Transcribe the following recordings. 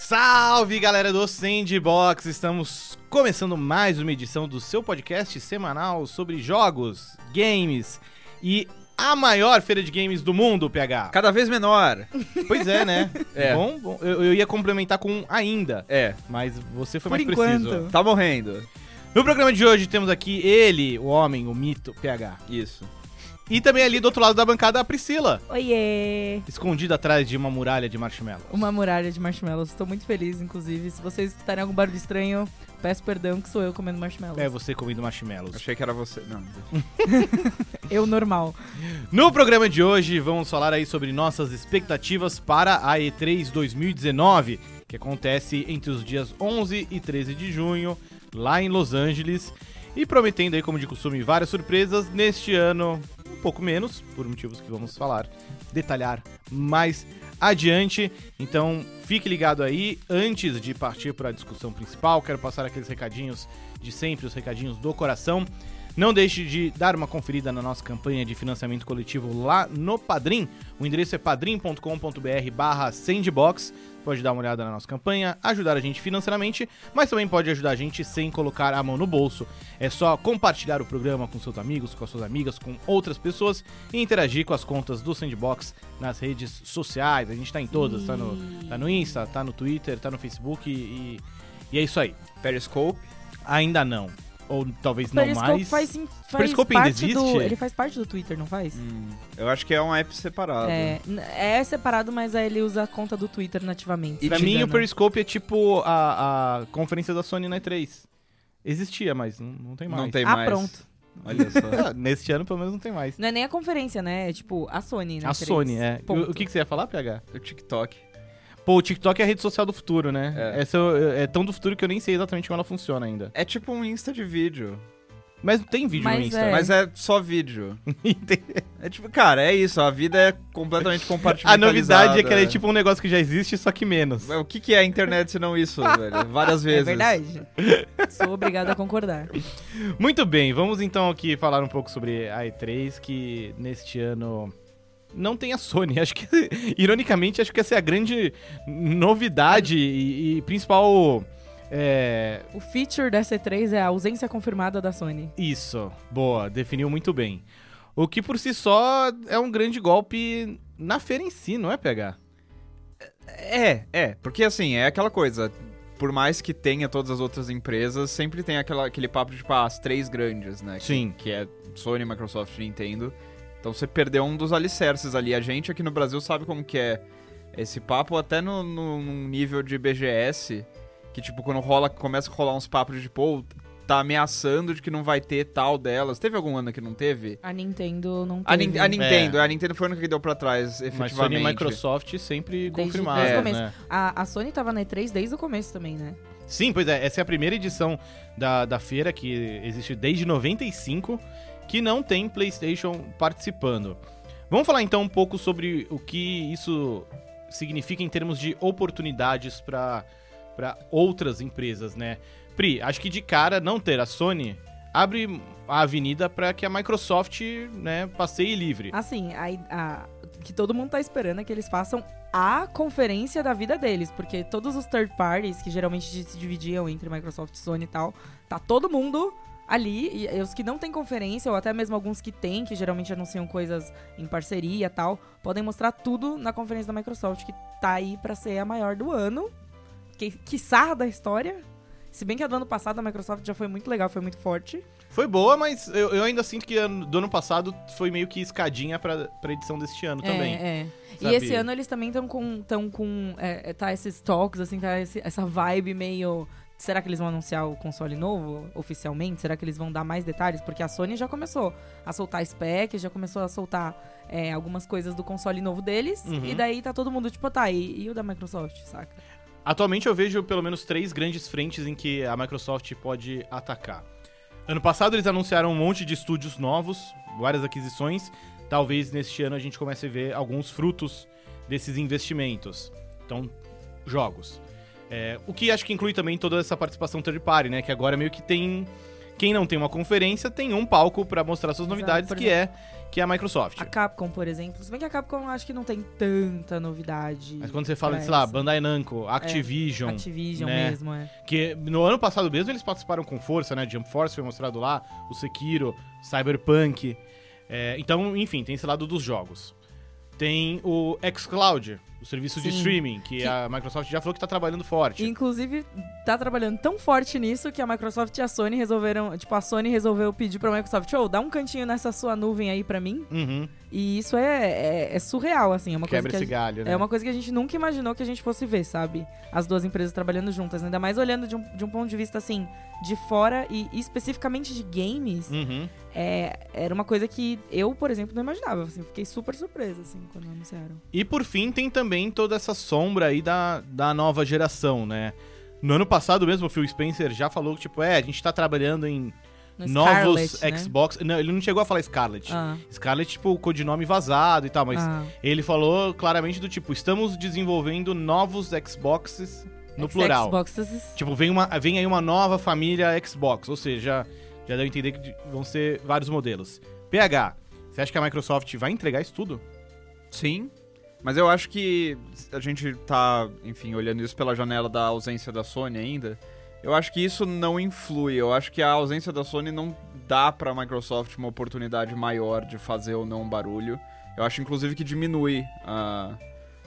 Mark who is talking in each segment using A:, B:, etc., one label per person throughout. A: Salve galera do Sandbox! Estamos começando mais uma edição do seu podcast semanal sobre jogos, games e a maior feira de games do mundo, PH.
B: Cada vez menor.
A: Pois é, né?
B: É.
A: Bom, bom, eu, eu ia complementar com um ainda,
B: É,
A: mas você foi
C: Por
A: mais preciso.
C: enquanto.
B: tá morrendo.
A: No programa de hoje temos aqui ele, o homem, o mito, PH.
B: Isso.
A: E também ali do outro lado da bancada a Priscila,
C: Oiê!
A: escondida atrás de uma muralha de marshmallows.
C: Uma muralha de marshmallows. Tô muito feliz, inclusive. Se vocês escutarem algum barulho estranho, peço perdão que sou eu comendo marshmallows.
A: É você comendo marshmallows.
B: Achei que era você. Não.
C: Eu normal.
A: No programa de hoje, vamos falar aí sobre nossas expectativas para a E3 2019, que acontece entre os dias 11 e 13 de junho, lá em Los Angeles, e prometendo aí, como de costume, várias surpresas neste ano, um pouco menos, por motivos que vamos falar, detalhar mais adiante. Então, fique ligado aí. Antes de partir para a discussão principal, quero passar aqueles recadinhos de sempre, os recadinhos do coração. Não deixe de dar uma conferida na nossa campanha de financiamento coletivo lá no Padrim. O endereço é padrim.com.br barra sandbox. Pode dar uma olhada na nossa campanha, ajudar a gente financeiramente, mas também pode ajudar a gente sem colocar a mão no bolso. É só compartilhar o programa com seus amigos, com as suas amigas, com outras pessoas e interagir com as contas do Sandbox nas redes sociais. A gente tá em todas, tá no, tá no Insta, tá no Twitter, tá no Facebook e, e é isso aí.
B: Periscope.
A: Ainda não. Ou talvez não
C: Periscope
A: mais.
C: faz, sim- faz
A: Periscope ainda
C: parte do...
A: existe?
C: Ele faz parte do Twitter, não faz?
B: Hum, eu acho que é um app separado.
C: É, n- é separado, mas aí ele usa a conta do Twitter nativamente.
A: E
C: se
A: pra
C: não me
A: mim, o
C: engano.
A: Periscope é tipo a, a conferência da Sony na E3. Existia, mas não, não tem mais.
B: Não tem
C: Ah,
B: mais.
C: pronto.
B: Olha só.
A: Ah, neste ano, pelo menos, não tem mais.
C: Não é nem a conferência, né? É tipo a Sony, né?
A: a Sony, é.
C: Ponto.
A: O, o que, que você ia falar, PH?
B: o TikTok.
A: Pô, o TikTok é a rede social do futuro, né?
B: É.
A: Essa eu- é tão do futuro que eu nem sei exatamente como ela funciona ainda.
B: É tipo um Insta de vídeo.
A: Mas não tem vídeo no
C: Mas
A: Insta.
C: É.
B: Mas é só vídeo.
A: Entendi.
B: É tipo, cara, é isso. A vida é completamente compartilhada.
A: a novidade é que ela é tipo um negócio que já existe, só que menos.
B: O que, que é a internet se não isso, velho? Várias vezes.
C: É verdade. Sou obrigada a concordar.
A: Muito bem, vamos então aqui falar um pouco sobre a E3, que neste ano não tem a Sony. Acho que, ironicamente, acho que essa é a grande novidade e, e principal. É,
C: O feature da C3 é a ausência confirmada da Sony.
A: isso, boa, definiu muito bem. O que por si só é um grande golpe na feira em si, não é, PH?
B: É, é. Porque assim, é aquela coisa. Por mais que tenha todas as outras empresas, sempre tem aquela, aquele papo de, tipo, ah, as três grandes, né? Que-
A: Sim.
B: Que, é Sony, Microsoft e Nintendo. Então você perdeu um dos alicerces ali. A gente aqui no Brasil sabe como que é esse papo, até no, no- num nível de BGS, que tipo, quando rola, começa a rolar uns papos de, pô, tá ameaçando de que não vai ter tal delas. Teve algum ano que não teve?
C: A Nintendo não
B: A,
C: teve.
B: Nin- a Nintendo, a Nintendo foi a única que deu pra trás,
A: É. Mas
B: efetivamente.
A: Sony e Microsoft sempre
C: Desde-
A: confirmaram,
B: desde o
C: começo.
A: né?
C: A, a Sony tava na E3 desde o começo também, né?
A: Sim, pois é, essa é a primeira edição da, da feira que existe desde 95, que não tem PlayStation participando. Vamos falar então um pouco sobre o que isso significa em termos de oportunidades para outras empresas, né? Pri, acho que de cara não ter a Sony abre a avenida para que a Microsoft, né, passeie livre.
C: Assim, a, a- que todo mundo tá esperando é que eles façam a conferência da vida deles, porque todos os third parties que geralmente se dividiam entre Microsoft, Sony e tal, tá todo mundo ali, e os que não tem conferência, ou até mesmo alguns que tem, que geralmente anunciam coisas em parceria e tal, podem mostrar tudo na conferência da Microsoft, que tá aí pra ser a maior do ano, que, quiçá da história. Se bem que a do ano passado a Microsoft já foi muito legal, foi muito forte.
A: Foi boa, mas eu, eu ainda sinto que ano- do ano passado foi meio que escadinha para a edição deste ano também.
C: É, é. E
A: sabe?
C: esse ano eles também estão com. Tão com é, é, tá esses talks, assim, tá esse- essa vibe meio. Será que eles vão anunciar o console novo oficialmente? Será que eles vão dar mais detalhes? Porque a Sony já começou a soltar spec, já começou a soltar é, algumas coisas do console novo deles.
A: Uhum.
C: E daí tá todo mundo tipo, tá, e, e o da Microsoft, saca?
A: Atualmente eu vejo pelo menos três grandes frentes em que a Microsoft pode atacar. Ano passado eles anunciaram um monte de estúdios novos, várias aquisições. Talvez neste ano a gente comece a ver alguns frutos desses investimentos. Então, jogos. É, o que acho que inclui também toda essa participação third party, né? Que agora meio que tem Quem não tem uma conferência tem um palco pra mostrar suas
C: Exato,
A: novidades,
C: por
A: que é, que é a Microsoft.
C: A Capcom, por exemplo. Se bem que a Capcom acho que não tem tanta novidade.
A: Mas quando você fala,
C: pra
A: de, sei lá,
C: essa.
A: Bandai
C: É.
A: Namco, Activision,
C: Activision
A: né?
C: mesmo, é.
A: que no ano passado mesmo eles participaram com força, né? Jump Force foi mostrado lá, o Sekiro, Cyberpunk. É, então, enfim, tem esse lado dos jogos. Tem o xCloud, o serviço de
C: Sim.
A: streaming, que,
C: Que-
A: a Microsoft já falou que tá trabalhando forte.
C: Inclusive, tá trabalhando tão forte nisso que a Microsoft e a Sony resolveram. Tipo, a Sony resolveu pedir pra Microsoft, ô, dá um cantinho nessa sua nuvem aí pra mim.
A: Uhum,
C: E isso é, é- é surreal, assim. É uma
A: quebra
C: coisa
A: esse
C: que a,
A: galho, né?
C: É uma coisa que a gente nunca imaginou que a gente fosse ver, sabe? As duas empresas trabalhando juntas. Ainda mais olhando de um, de um ponto de vista, assim, de fora e especificamente de games.
A: Uhum.
C: é, era uma coisa que eu, por exemplo, não imaginava. Assim, eu fiquei super surpresa, assim, quando anunciaram.
A: E por fim, tem também toda essa sombra aí da, da nova geração, né? No ano passado mesmo, o Phil Spencer já falou que, tipo, é, a gente tá trabalhando em
C: No
A: novos
C: Scarlet, né?
A: Xbox. Não, ele não chegou a falar Scarlet.
C: Ah,
A: Scarlet, tipo, o codinome vazado e tal, mas
C: ah.
A: ele falou claramente do tipo, estamos desenvolvendo novos Xboxes no plural.
C: Xboxes.
A: Tipo, vem, uma, vem aí uma nova família Xbox, ou seja, já deu a entender que de- vão ser vários modelos. PH, você acha que a Microsoft vai entregar isso tudo?
B: Sim. Mas eu acho que a gente tá, enfim, olhando isso pela janela da ausência da Sony ainda. Eu acho que isso não influi. Eu acho que a ausência da Sony não dá pra Microsoft uma oportunidade maior de fazer ou não um barulho. Eu acho, inclusive, que diminui a,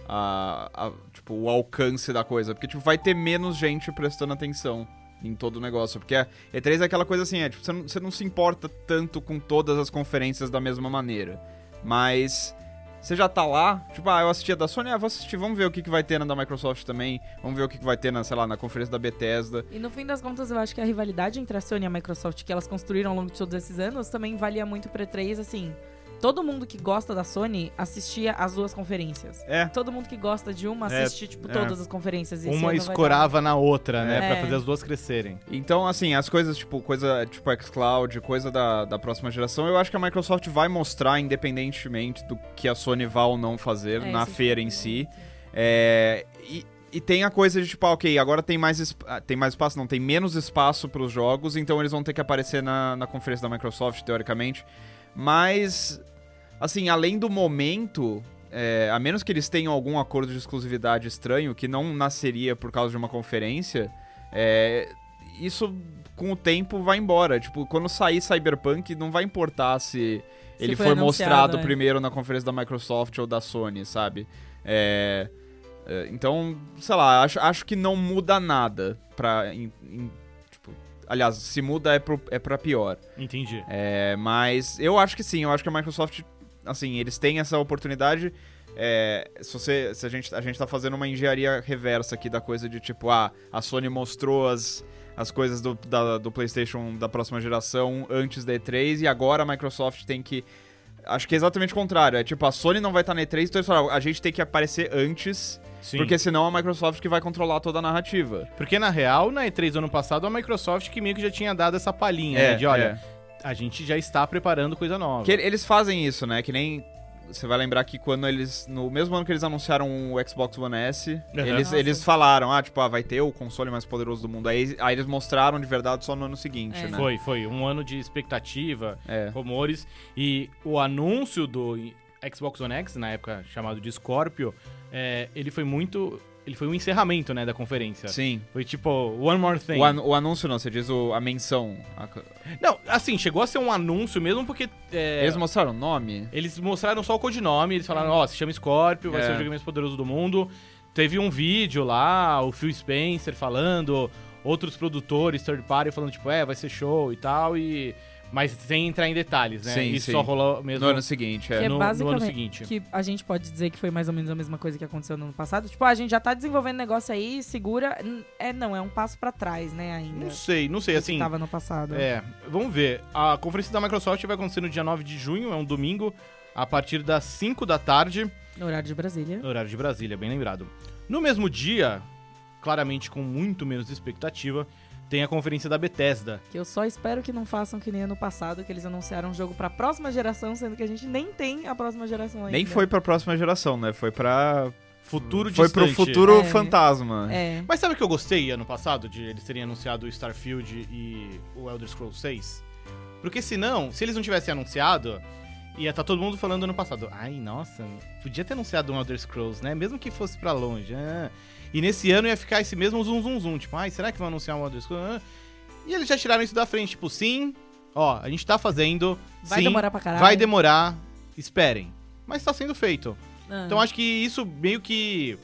B: a- a- tipo, o alcance da coisa. Porque tipo, vai ter menos gente prestando atenção em todo o negócio. Porque a E3 é aquela coisa assim, é, tipo, você não, você não se importa tanto com todas as conferências da mesma maneira. Mas você já tá lá, tipo, ah, eu assisti a da Sony, ah, vou assistir, vamos ver o que, que vai ter na da Microsoft também, vamos ver o que, que vai ter na, sei lá, na conferência da Bethesda.
C: E no fim das contas, eu acho que a rivalidade entre a Sony e a Microsoft que elas construíram ao longo de todos esses anos também valia muito pra E3, assim. Todo mundo que gosta da Sony assistia as duas conferências.
B: É.
C: Todo mundo que gosta de uma
A: É,
C: assiste, tipo,
B: é.
C: todas as conferências. e esse
A: uma
C: ano vai
A: escorava na outra, né?
C: É.
A: Pra fazer as duas crescerem.
B: Então, assim, as coisas tipo, coisa tipo xCloud, coisa da, da próxima geração, eu acho que a Microsoft vai mostrar, independentemente do que a Sony vá ou não fazer
C: É,
B: na
C: isso.
B: feira em si. É, e, e tem a coisa de tipo, ah, ok, agora tem mais, esp- ah, tem mais espaço, não, tem menos espaço pros jogos, então eles vão ter que aparecer na, na conferência da Microsoft, teoricamente. Mas, assim, além do momento, é, a menos que eles tenham algum acordo de exclusividade estranho, que não nasceria por causa de uma conferência, é, isso com o tempo vai embora. Tipo, quando sair Cyberpunk, não vai importar se,
C: Se
B: ele
C: foi
B: foi
C: anunciado,
B: mostrado
C: é.
B: primeiro na conferência da Microsoft ou da Sony, sabe? É, é, então, sei lá, acho, acho que não muda nada pra. em- em- tipo, aliás, se muda é, pro, é pra pior.
A: Entendi.
B: É, mas eu acho que sim, eu acho que a Microsoft, assim, eles têm essa oportunidade. É, se você, se a, gente, a gente tá fazendo uma engenharia reversa aqui da coisa de tipo, ah, a Sony mostrou as, as coisas do, da- do PlayStation da próxima geração antes da E3 e agora a Microsoft tem que. Acho que é exatamente o contrário. É tipo, a Sony não vai estar na E3, então eles falaram, a gente tem que aparecer antes,
A: Sim.
B: porque senão é a Microsoft que vai controlar toda a narrativa.
A: Porque na real, na E3 do ano passado, a Microsoft que meio que já tinha dado essa palhinha, né?
B: É,
A: De olha, a gente já está preparando coisa nova.
B: Que ele- eles fazem isso, né? Que nem. Você vai lembrar que quando eles. No mesmo ano que eles anunciaram o Xbox One S, eles,
C: Nossa.
B: eles falaram, ah, tipo, ah, vai ter o console mais poderoso do mundo. Aí, aí eles mostraram de verdade só no ano seguinte,
C: É.
B: né?
A: Foi, foi. Um ano de expectativa,
B: É.
A: rumores. E o anúncio do Xbox One X, na época chamado de Scorpio, é, ele foi muito. Ele foi um encerramento, né, da conferência.
B: Sim.
A: Foi tipo, one more thing.
B: O, an- o anúncio não, você diz o- a menção. A co-
A: Não, assim, chegou a ser um anúncio mesmo porque. é,
B: Eles mostraram o nome?
A: Eles mostraram só o codinome, eles falaram, ó, se chama Scorpio, vai
B: É.
A: ser o jogo mais poderoso do mundo. Teve um vídeo lá, o Phil Spencer falando, outros produtores, third party, falando, tipo, é, vai ser show e tal, e... Mas sem entrar em detalhes, né?
B: Sim,
A: Isso
B: sim.
A: só rolou mesmo
B: No ano seguinte,
C: Que
B: é.
C: é
A: no- no ano
C: basicamente-
A: seguinte.
C: Que a gente pode dizer que foi mais ou menos a mesma coisa que aconteceu no ano passado. Tipo, ah, a gente já tá desenvolvendo negócio aí, segura. N- É, não, é um passo pra trás, né, ainda.
A: Não sei, não sei,
C: que
A: assim...
C: Tava no passado.
A: É, vamos ver. A conferência da Microsoft vai acontecer no dia 9 de junho, é um domingo, a partir das 5 da tarde.
C: No horário de Brasília.
A: No horário de Brasília, bem lembrado. No mesmo dia, claramente com muito menos expectativa, tem a conferência da Bethesda.
C: Que eu só espero que não façam que nem ano passado, que eles anunciaram um jogo pra próxima geração, sendo que a gente nem tem a próxima geração ainda.
B: Nem foi pra próxima geração, né? Foi pra,
A: Futuro
B: Foi pro
A: distante.
B: futuro
C: É.
B: fantasma.
C: É.
A: Mas sabe o que eu gostei ano passado de eles terem anunciado o Starfield e o Elder Scrolls 6? Porque senão, se eles não tivessem anunciado, ia estar todo mundo falando ano passado. Ai, nossa, podia ter anunciado um Elder Scrolls, né? Mesmo que fosse pra longe. ah." E nesse ano ia ficar esse mesmo zum zum zum, tipo, ai, será que vão anunciar um Elder Scrolls? Ah. E eles já tiraram isso da frente, tipo, sim, ó, a gente tá fazendo,
C: Vai
A: sim,
C: demorar pra caralho.
A: vai demorar, esperem. Mas tá sendo feito.
C: Ah.
B: é
A: Então acho que isso meio que.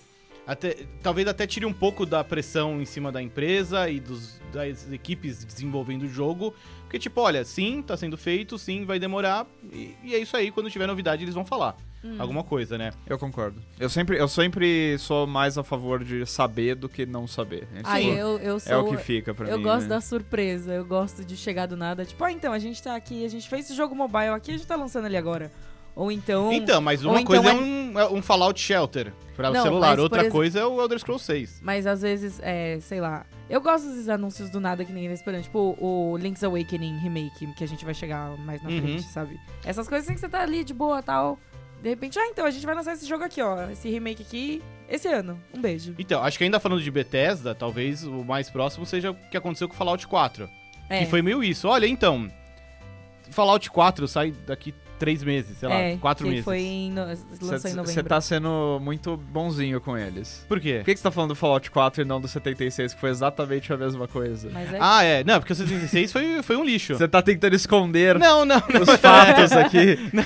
A: até- talvez até tire um pouco da pressão em cima da empresa e dos, das equipes desenvolvendo o jogo. Porque, tipo, olha, sim, tá sendo feito, sim, vai demorar. E, e é isso aí, quando tiver novidade, eles vão falar
C: Hum.
A: alguma coisa, né?
B: Eu concordo. Eu sempre, eu sempre sou mais a favor de saber do que não saber. É,
C: Ai,
B: tipo,
C: eu, eu sou.
B: é o que fica pra
C: eu
B: mim.
C: gosto
B: né?
C: da surpresa, eu gosto de chegar do nada. Tipo, ah, então, a gente tá aqui, a gente fez esse jogo mobile aqui, a gente tá lançando ele agora. Ou então.
A: então, mas
C: ou
A: uma
C: então
A: coisa é
C: é-
A: um, é um Fallout Shelter pra
C: Não,
A: celular,
C: mas,
A: outra
C: por exe-
A: coisa é o Elder Scrolls 6.
C: Mas às vezes, é, sei lá. Eu gosto desses anúncios do nada que ninguém tá esperando. Tipo o Link's Awakening Remake, que a gente vai chegar mais na
A: Uhum.
C: frente, sabe? Essas coisas assim que você tá ali de boa tal. De repente, ah, então a gente vai lançar esse jogo aqui, ó. Esse remake aqui, esse ano. Um beijo.
A: Então, acho que ainda falando de Bethesda, talvez o mais próximo seja o que aconteceu com o Fallout 4. Que
C: É.
A: foi meio isso. Olha, então, Fallout 4 sai daqui três meses, sei lá,
C: é,
A: quatro
C: que
A: meses.
C: Foi em no... lançou em novembro.
B: Você tá sendo muito bonzinho com eles.
A: Por quê?
B: Por que você tá falando do Fallout 4 e não do 76, que foi exatamente a mesma coisa?
C: Mas é
A: Ah, é. Não, porque o 76 foi, foi um lixo.
B: Você tá tentando esconder
A: Não, não, não.
B: os fatos aqui.
A: não.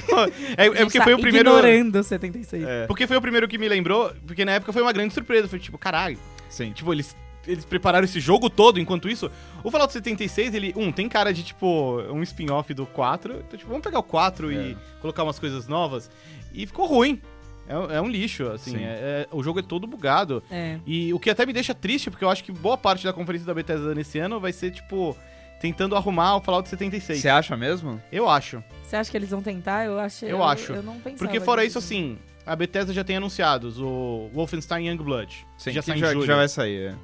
A: É, é
C: A gente
A: porque
C: tá
A: foi o primeiro.
C: ignorando o 76.
B: É,
A: Porque foi o primeiro que me lembrou, porque na época foi uma grande surpresa. Foi tipo, caralho.
B: sim.
A: Tipo, eles, eles prepararam esse jogo todo enquanto isso. O Fallout 76, ele, um, tem cara de tipo um spin-off do 4. Então, tipo, vamos pegar o 4 e
B: É.
A: colocar umas coisas novas. E ficou ruim. É, um- é um lixo, assim.
B: Sim.
A: é- é- o jogo é todo bugado.
C: É.
A: E o que até me deixa triste, porque eu acho que boa parte da conferência da Bethesda nesse ano vai ser, tipo, tentando arrumar o Fallout 76.
B: Você acha mesmo?
A: Eu acho.
C: Você acha que eles vão tentar? Eu acho.
A: Eu acho.
C: Eu não pensava.
A: Porque fora
C: nisso.
A: isso, assim, a Bethesda já tem anunciados o Wolfenstein Youngblood. que
B: Sim,
A: já
B: que
A: sai em
B: já,
A: julho.
B: já vai sair. é.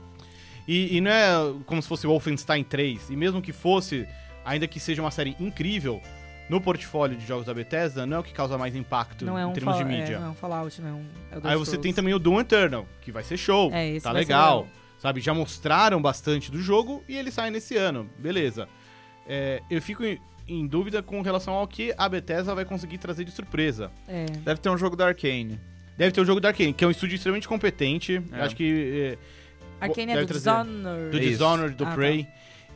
A: E, e não é como se fosse Wolfenstein 3. E mesmo que fosse, ainda que seja uma série incrível, no portfólio de jogos da Bethesda, não é o que causa mais impacto
C: Não é um
A: em termos de
C: Fall- é,
A: mídia.
C: não é um Fallout, não. é um Elder
A: Aí você
C: Scrolls.
A: tem também o Doom Eternal, que vai ser show.
C: É, esse
A: tá
C: vai ser
A: legal.
C: legal.
A: Sabe, já mostraram bastante do jogo e ele sai nesse ano. Beleza. É, eu fico em, em dúvida com relação ao que a Bethesda vai conseguir trazer de surpresa.
C: É.
B: Deve ter um jogo da Arkane.
A: Deve ter o jogo da Arkane, que é um estúdio extremamente competente.
B: É.
A: Acho que
C: Arcane é
A: Deve
C: do
A: trazer.
C: Dishonored.
A: é, do
B: Isso.
A: Dishonored, do
C: Ah, tá.
A: Prey.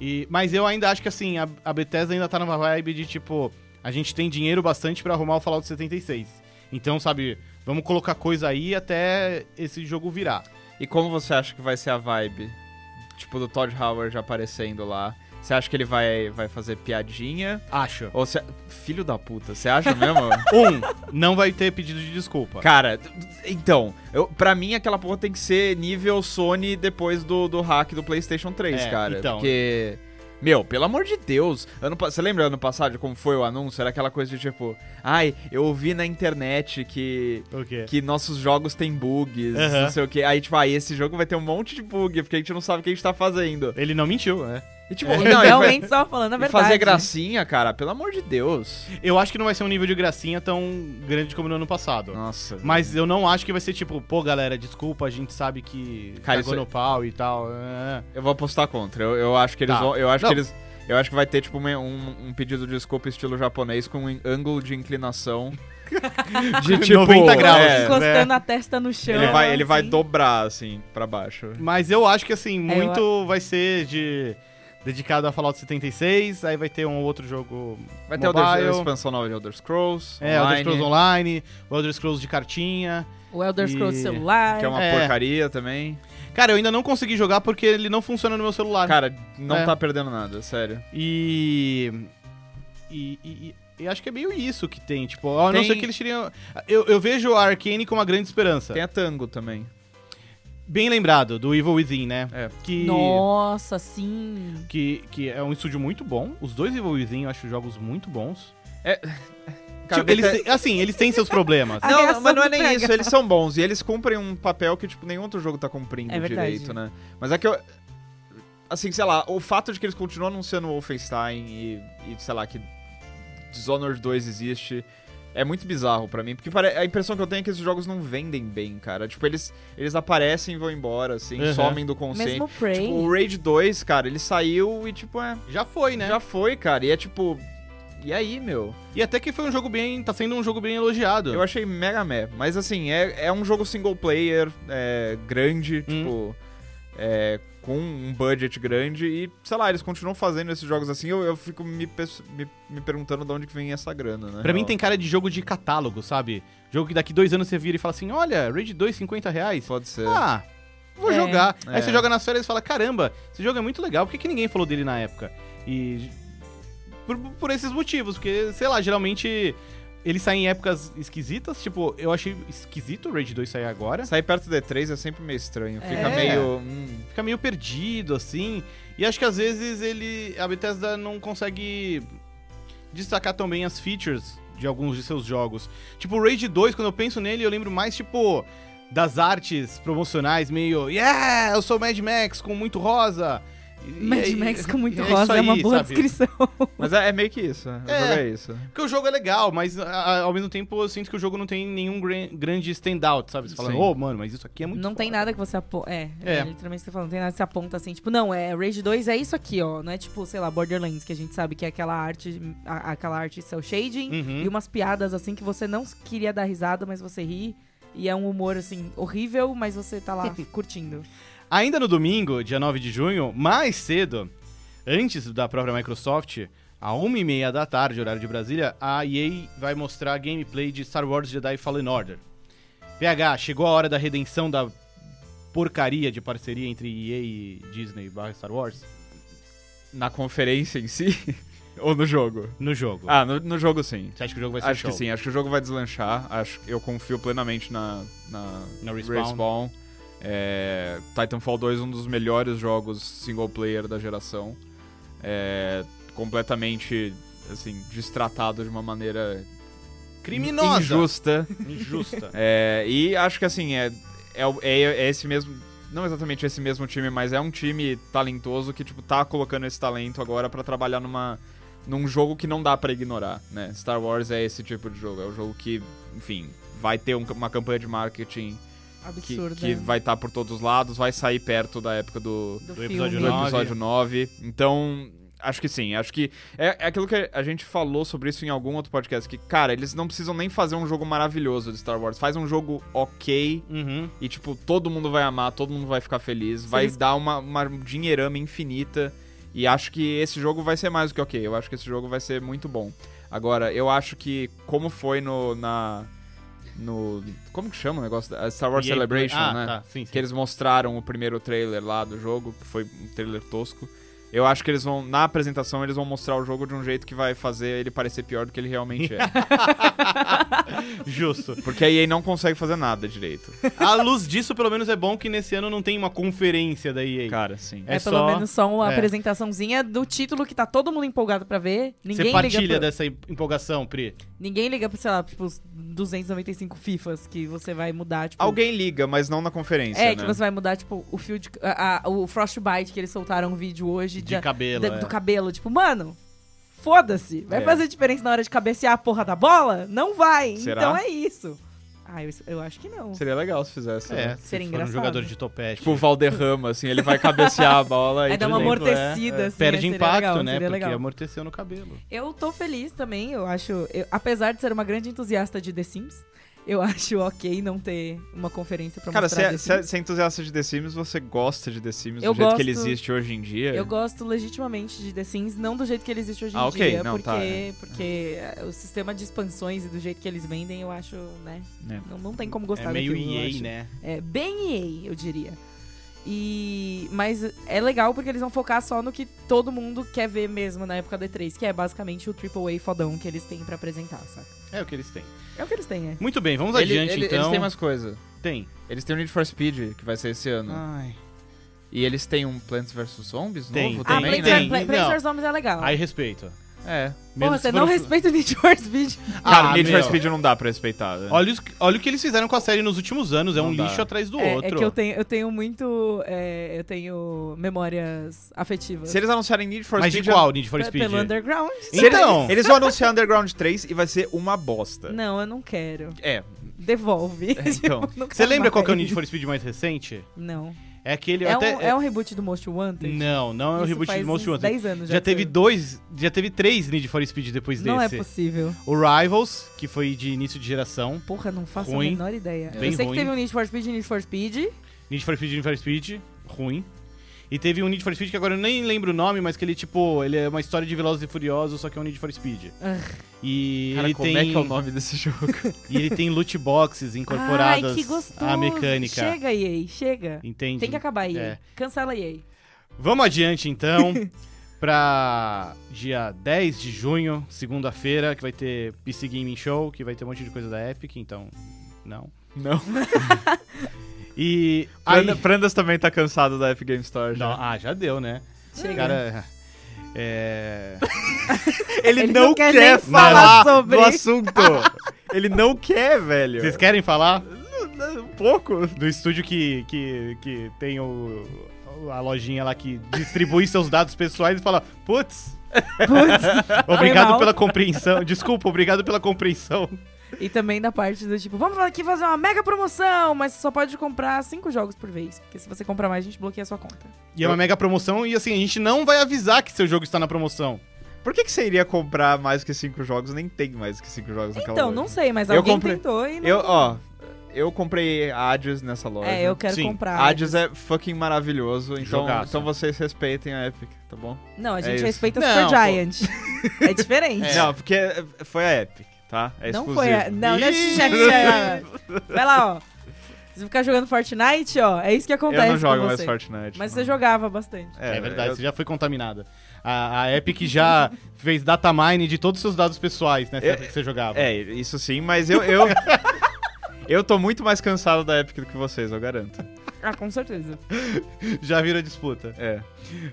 A: E, mas eu ainda acho que assim, a, a Bethesda ainda tá numa vibe de tipo, a gente tem dinheiro bastante pra arrumar o Fallout 76. Então, sabe, vamos colocar coisa aí até esse jogo virar.
B: E como você acha que vai ser a vibe? Tipo, do Todd Howard já aparecendo lá. Você acha que ele vai, vai fazer piadinha?
A: Acho.
B: Ou você... Filho da puta, você acha mesmo?
A: Um, não vai ter pedido de desculpa.
B: Cara, t- t- então, eu, pra mim aquela porra tem que ser nível Sony depois do, do hack do PlayStation 3,
A: É,
B: cara.
A: então.
B: Porque. Meu, pelo amor de Deus. Ano, pa- você lembra ano passado como foi o anúncio? Era aquela coisa de tipo. Ai, eu ouvi na internet que.
A: O quê?
B: Que nossos jogos têm bugs,
A: Aham.
B: não sei o que. Aí, tipo, ah, esse jogo vai ter um monte de bug, porque a gente não sabe o que a gente tá fazendo.
A: Ele não mentiu, né?
B: E, tipo,
A: É.
B: não, e fa-
C: Realmente só falando a
B: e
C: verdade.
B: fazer gracinha, cara, pelo amor de Deus.
A: Eu acho que não vai ser um nível de gracinha tão grande como no ano passado.
B: Nossa.
A: Mas eu não acho que vai ser tipo, pô, galera, desculpa, a gente sabe que
B: Cara,
A: cagou
B: isso-
A: no pau e tal. É.
B: Eu vou apostar contra. Eu, eu acho que eles
A: Tá.
B: vão. Eu acho
A: Não.
B: que eles. Eu acho que vai ter, tipo, uma- um, um pedido de desculpa estilo japonês com um ângulo de inclinação de tipo.
A: 90 graus.
B: é,
C: Encostando a testa no chão.
B: ele vai, ele vai
C: assim.
B: dobrar, assim, pra baixo.
A: Mas eu acho que assim,
C: É, eu
A: muito vai ser de. Dedicado a Fallout 76, aí vai ter um outro jogo.
B: Vai ter
A: mobile,
B: Elder, a expansão nova de Elder Scrolls.
A: É, Elder
B: online,
A: Scrolls Online, o Elder Scrolls de cartinha.
C: O Elder Scrolls
A: E-
C: celular.
B: Que é uma
A: É.
B: porcaria também.
A: Cara, eu ainda não consegui jogar porque ele não funciona no meu celular.
B: Cara, não
A: É.
B: tá perdendo nada, sério.
A: E. E, e- e- e acho que é meio isso que tem. Tipo, a não
B: Tem-
A: ser que eles tirem. Eu, eu vejo a Arkane com uma grande esperança.
B: Tem a Tango também.
A: Tipo, Bem lembrado, do Evil Within, né?
B: É.
A: Que,
C: Nossa, sim.
A: que, que é um estúdio muito bom. Os dois Evil Within eu acho jogos muito bons.
B: Cara,
A: Tipo, eles
B: Bethesda-
A: têm- assim, eles têm seus problemas.
C: Ah,
B: Não,
C: Aliás,
B: não, mas não é
C: sobre
B: nem
C: pega.
B: isso, eles são bons e eles cumprem um papel que, tipo, nenhum outro jogo tá cumprindo
C: É verdade.
B: direito, né? Mas é que eu. Assim, sei lá, o fato de que eles continuam anunciando Wolfenstein e, e sei lá, que Dishonored 2 existe. É muito bizarro pra mim, porque pare- a impressão que eu tenho é que esses jogos não vendem bem, cara. Tipo, eles, eles aparecem e vão embora, assim,
A: Uhum.
B: somem do consciente.
C: Mesmo o Prey.
B: Tipo, o Raid 2, cara, ele saiu e, tipo, é.
A: Já foi, né?
B: Já foi, cara. E é tipo. E aí, meu?
A: E até que foi um jogo bem. Tá sendo um jogo bem elogiado.
B: Eu achei Mega Man. Mas assim, é, é um jogo single player, é, grande,
A: Hum.
B: tipo. é, com um budget grande. E, sei lá, eles continuam fazendo esses jogos assim. Eu, eu fico me, pes- me, me perguntando de onde que vem essa grana, né?
A: Pra mim
B: Real.
A: tem cara de jogo de catálogo, sabe? Jogo que daqui dois anos você vira e fala assim: olha, Raid 2, 50 reais.
B: Pode ser.
A: Ah, vou
C: É.
A: jogar. Aí
B: É.
A: você joga nas férias e fala: caramba, esse jogo é muito legal, por que, que ninguém falou dele na época? E. Por, por esses motivos, porque, sei lá, geralmente eles saem em épocas esquisitas. Tipo, eu achei esquisito o Raid 2 sair agora.
B: Sair perto do E3 é sempre meio estranho. Fica
A: É.
B: meio. hum,
A: Fica meio perdido, assim. E acho que às vezes ele. A Bethesda não consegue destacar tão bem as features de alguns de seus jogos. Tipo, o Rage 2, quando eu penso nele, eu lembro mais, tipo, das artes promocionais, meio. Yeah! Eu sou Mad Max com muito rosa! E-
C: Mad
A: e-
C: Max com muito
A: é isso
C: rosa é uma
A: aí,
C: boa
A: sabe?
C: descrição.
B: Mas é, é meio que isso. O
A: É.
B: jogo é isso.
A: Porque o jogo é legal, mas a- a- ao mesmo tempo eu sinto que o jogo não tem nenhum gran- grande standout, sabe? Você fala,
B: Sim.
A: ô, mano, mas isso aqui é muito
C: não tem
A: foda."
C: nada que você aponta. É,
A: É.
C: é. literalmente você fala, não tem nada que você aponta assim. Tipo, não, é Rage 2 é isso aqui, ó. Não é tipo, sei lá, Borderlands, que a gente sabe que é aquela arte, a- aquela arte cel shading
A: Uhum.
C: e umas piadas assim que você não queria dar risada, mas você ri. E é um humor, assim, horrível, mas você tá lá curtindo.
A: Ainda no domingo, dia 9 de junho, mais cedo, antes da própria Microsoft, a 1h30 da tarde, horário de Brasília, a EA vai mostrar gameplay de Star Wars Jedi Fallen Order. PH, chegou a hora da redenção da porcaria de parceria entre EA e Disney barra Star Wars
B: Na conferência em si? ou no jogo?
A: no jogo.
B: Ah, no, no jogo sim.
A: Você acha que o jogo vai ser
B: Acho
A: show?
B: que sim, acho que o jogo vai deslanchar. Acho, eu confio plenamente na, na
A: Na Respawn.
B: É, Titanfall 2 é um dos melhores jogos single player da geração. É, completamente, assim, destratado de uma maneira
A: Criminosa!
B: injusta.
A: Injusta.
B: É, e acho que assim, é, é, o- é, é esse mesmo. Não exatamente esse mesmo time, mas é um time talentoso que, tipo, tá colocando esse talento agora pra trabalhar numa. num jogo que não dá pra ignorar, né? Star Wars é esse tipo de jogo. É um jogo que, enfim, vai ter um- uma campanha de marketing que,
C: Absurdo. é. né?
B: que vai estar por todos os lados, vai sair perto da época do,
C: Do,
A: Do episódio
C: filme.
B: do
A: nove.
B: episódio 9. Então, acho que sim. Acho que é, é aquilo que a gente falou sobre isso em algum outro podcast. Que, cara, eles não precisam nem fazer um jogo maravilhoso de Star Wars. Faz um jogo ok
A: Uhum.
B: e, tipo, todo mundo vai amar, todo mundo vai ficar feliz. vai
C: eles-
B: dar uma, uma dinheirama infinita. E acho que esse jogo vai ser mais do que ok. Eu acho que esse jogo vai ser muito bom. Agora, eu acho que, como foi no. Na, no como que chama o negócio? da- Star Wars
A: EA
B: Celebration,
A: ah,
B: né?
A: Tá, sim, sim.
B: que eles mostraram o primeiro trailer lá do jogo, que foi um trailer tosco. Eu acho que eles vão, na apresentação, eles vão mostrar o jogo de um jeito que vai fazer ele parecer pior do que ele realmente é.
A: Justo.
B: Porque a EA não consegue fazer nada direito.
A: À luz disso, pelo menos é bom que nesse ano não tem uma conferência da EA.
B: Cara, sim.
A: É
C: É, pelo
A: só-
C: menos só uma
A: é.
C: apresentaçãozinha do título que tá todo mundo empolgado pra ver. Ninguém
A: Você partilha né?
C: liga pra...
A: dessa empolgação, Pri.
C: Ninguém liga pra, sei lá, tipo, os 295 FIFAs que você vai mudar, tipo...
B: Alguém liga, mas não na conferência,
C: É,
B: né?
C: que você vai mudar, tipo, o fio de... a- a- o Frostbite que eles soltaram um vídeo hoje
A: De
C: de-
A: cabelo.
C: da-
A: é.
C: do cabelo. Tipo, mano, foda-se. Vai
B: É.
C: fazer diferença na hora de cabecear a porra da bola? Não vai.
B: Será?
C: Então é isso. Ah, eu, eu acho que não.
B: Seria legal se fizesse.
A: É,
B: né?
A: se
C: Seria
A: for um
C: engraçado.
A: jogador de topete.
B: Tipo o Valderrama, assim, ele vai cabecear a bola e
C: Aí dá É uma
B: tudo bem.
C: amortecida, assim.
A: é? Perde
C: seria
A: impacto,
C: legal,
A: né?
C: seria
A: Porque
C: legal.
A: amorteceu no cabelo.
C: Eu tô feliz também, eu acho. eu- apesar de ser uma grande entusiasta de The Sims, eu acho ok não ter uma conferência pra
B: Cara, se
C: mostrar
B: é,
C: The
B: se é-
C: Sims.
B: se é entusiasta de The Sims, você gosta de The Sims
C: Eu
B: do jeito que
C: gosto-
B: ele existe hoje em dia?
C: Eu gosto legitimamente de The Sims, não do jeito que ele existe hoje
B: é- Ah,
C: em
B: ok,
C: dia,
B: não,
C: porque,
B: tá, é.
C: porque eh, o sistema de expansões e do jeito que eles vendem, eu acho, né?
B: É.
C: Não, não tem como gostar
A: é meio
C: daquilo, eu
A: EA,
C: acho.
A: né?
C: É bem EA, eu diria. E mas é legal porque eles vão focar só no que todo mundo quer ver mesmo na época D3, que é basicamente o AAA fodão que eles têm pra apresentar, saca?
A: É o que eles têm.
C: É o que eles têm, é.
A: Muito bem, vamos
B: Ele-
A: adiante
B: ele-
A: então.
B: Eles têm mais coisa.
A: Tem.
B: Eles têm o Need for Speed, que vai ser esse ano.
C: Ah.
A: Ai.
B: E eles têm um Plants vs Zombies
A: Tem,
B: novo
A: tem,
B: também,
C: Ah,
A: tem.
B: né?
C: Plants vs Zombies é legal.
A: Aí respeito.
B: É.
C: Porra,
A: Menos
C: você
A: que
C: não
A: foram-
C: respeita o Need for Speed.
B: Cara,
A: um Ah,
B: Need
A: meu.
B: for Speed não dá pra respeitar. né?
A: Olha, os- olha o que eles fizeram com a série nos últimos anos. É
B: Não
A: um
B: dá.
A: lixo atrás do
C: é,
A: outro.
C: é que eu tenho, eu tenho muito. é, eu tenho memórias afetivas.
B: Se eles anunciarem Need for
A: Mas de
B: Speed...
A: qual Need for
C: é um Pe-
A: Speed?
C: Pelo Underground.
B: Se eles-
A: Então.
B: Eles vão anunciar Underground 3 e vai ser uma bosta.
C: Não, eu não quero.
B: É,
C: Devolve.
B: É, então.
C: Tipo, nunca
A: Você lembra
C: mais.
A: qual que é o Need for Speed mais recente?
C: Não.
A: É aquele...
C: É,
A: até-
C: um, é um reboot do Most Wanted?
A: Não, não é o
C: Isso
A: reboot
C: faz
A: de Most
C: uns
A: Wanted.
C: 10 anos já.
A: Já
C: que
A: teve
C: saiu.
A: dois... Já teve três Need for Speed depois
C: Não é
A: desse.
C: possível.
A: o Rivals, que foi de início de geração.
C: Porra, não faço
A: Ruim.
C: a menor ideia.
A: Bem
C: eu sei
A: ruim.
C: que teve um Need for Speed, Need for Speed.
A: Need for Speed, Need for Speed, ruim. E teve um Need for Speed que agora eu nem lembro o nome, mas que ele, tipo, ele é uma história de Velozes e Furiosos, só que é um Need for Speed. E
B: cara,
A: ele
B: como
A: tem...
B: é que é o nome desse jogo?
A: E ele tem loot boxes
C: Ai,
A: incorporadas
C: que gostoso.
A: à mecânica.
C: Chega, EA, chega.
A: Entende?
C: Tem que acabar aí.
A: É.
C: Cancela EA.
A: Vamos adiante então pra dia 10 de junho, segunda-feira, que vai ter PC Gaming Show, que vai ter um monte de coisa da Epic, então não.
B: Não.
A: E aí...
B: Pranda- Prandas também tá cansado da Epic Game Store já.
A: Não, ah, já deu, né?
C: Chega.
A: Cara, é...
B: Ele,
C: Ele
B: não,
C: não quer
B: quer,
C: nem
B: falar
C: falar sobre.
B: do assunto. Ele não quer, velho.
A: Vocês querem falar
B: Um pouco.
A: do estúdio que, que, que tem o, a lojinha lá que distribui seus dados pessoais e fala, putz,
C: Putz. Foi
A: Obrigado
C: mal.
A: pela compreensão. Desculpa, obrigado pela compreensão.
C: E também da parte do tipo, vamos aqui fazer uma mega promoção, mas você só pode comprar cinco jogos por vez. Porque se você comprar mais, a gente bloqueia a sua conta.
A: E é uma mega promoção, e assim, a gente não vai avisar que seu jogo está na promoção.
B: Por que, que você iria comprar mais que cinco jogos? Nem tem mais que cinco jogos naquela
C: Então,
B: loja.
C: não sei, mas
B: Eu
C: alguém
B: comprei-
C: tentou e não...
B: Eu, ó, eu comprei Hades nessa loja.
C: É, eu quero
A: Sim.
C: comprar.
B: Hades é fucking maravilhoso, então,
A: Jogaço.
B: então vocês respeitem a Epic, tá bom?
C: Não, a
B: É
C: gente
B: isso.
C: respeita a
A: Não,
C: Supergiant. É diferente.
B: Não, porque foi a Epic, tá? É
C: Não
B: exclusivo.
C: foi a... Não, não é
A: Ih!
C: Vai lá, ó. Se ficar jogando Fortnite, ó, é isso que acontece
B: Eu não jogo
C: com
B: mais
C: você.
B: Fortnite.
C: Mas
B: não.
C: você jogava bastante.
A: É, verdade,
B: eu-
A: você já foi contaminada. A, a Epic já fez datamine de todos os seus dados pessoais nessa
B: É,
A: época que você jogava.
B: É, isso sim, mas eu. Eu, eu tô muito mais cansado da Epic do que vocês, eu garanto.
C: Ah, com certeza.
A: Já virou disputa.
B: É.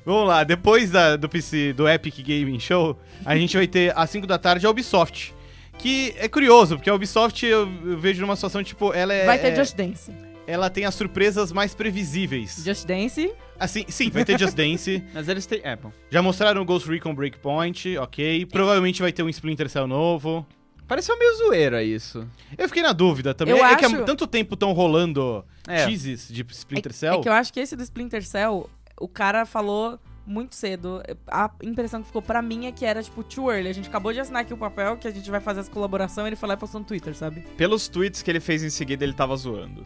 A: Vamos lá, depois da- do PC, do Epic Gaming Show, a gente vai ter às 5 da tarde a Ubisoft. Que é curioso, porque a Ubisoft eu, eu vejo numa situação, tipo, ela é.
C: Vai ter
A: é-
C: Just Dance.
A: Ela tem as surpresas mais previsíveis.
C: Just Dance.
A: Assim, sim, vai ter Just Dance.
B: Mas eles têm. É, bom.
A: Já mostraram o Ghost Recon Breakpoint, ok. Provavelmente vai ter um Splinter Cell novo.
B: Pareceu meio zoeira isso.
A: Eu fiquei na dúvida também.
C: Eu
A: é que há
C: acho-
A: tanto tempo estão rolando
B: É.
A: teases de Splinter
C: É,
A: Cell.
C: que eu acho que esse do Splinter Cell, o cara falou muito cedo. A impressão que ficou pra mim é que era, tipo, too early. A gente acabou de assinar aqui o papel que a gente vai fazer essa colaboração e ele foi lá e postou no Twitter, sabe?
B: Pelos tweets que ele fez em seguida, ele tava zoando.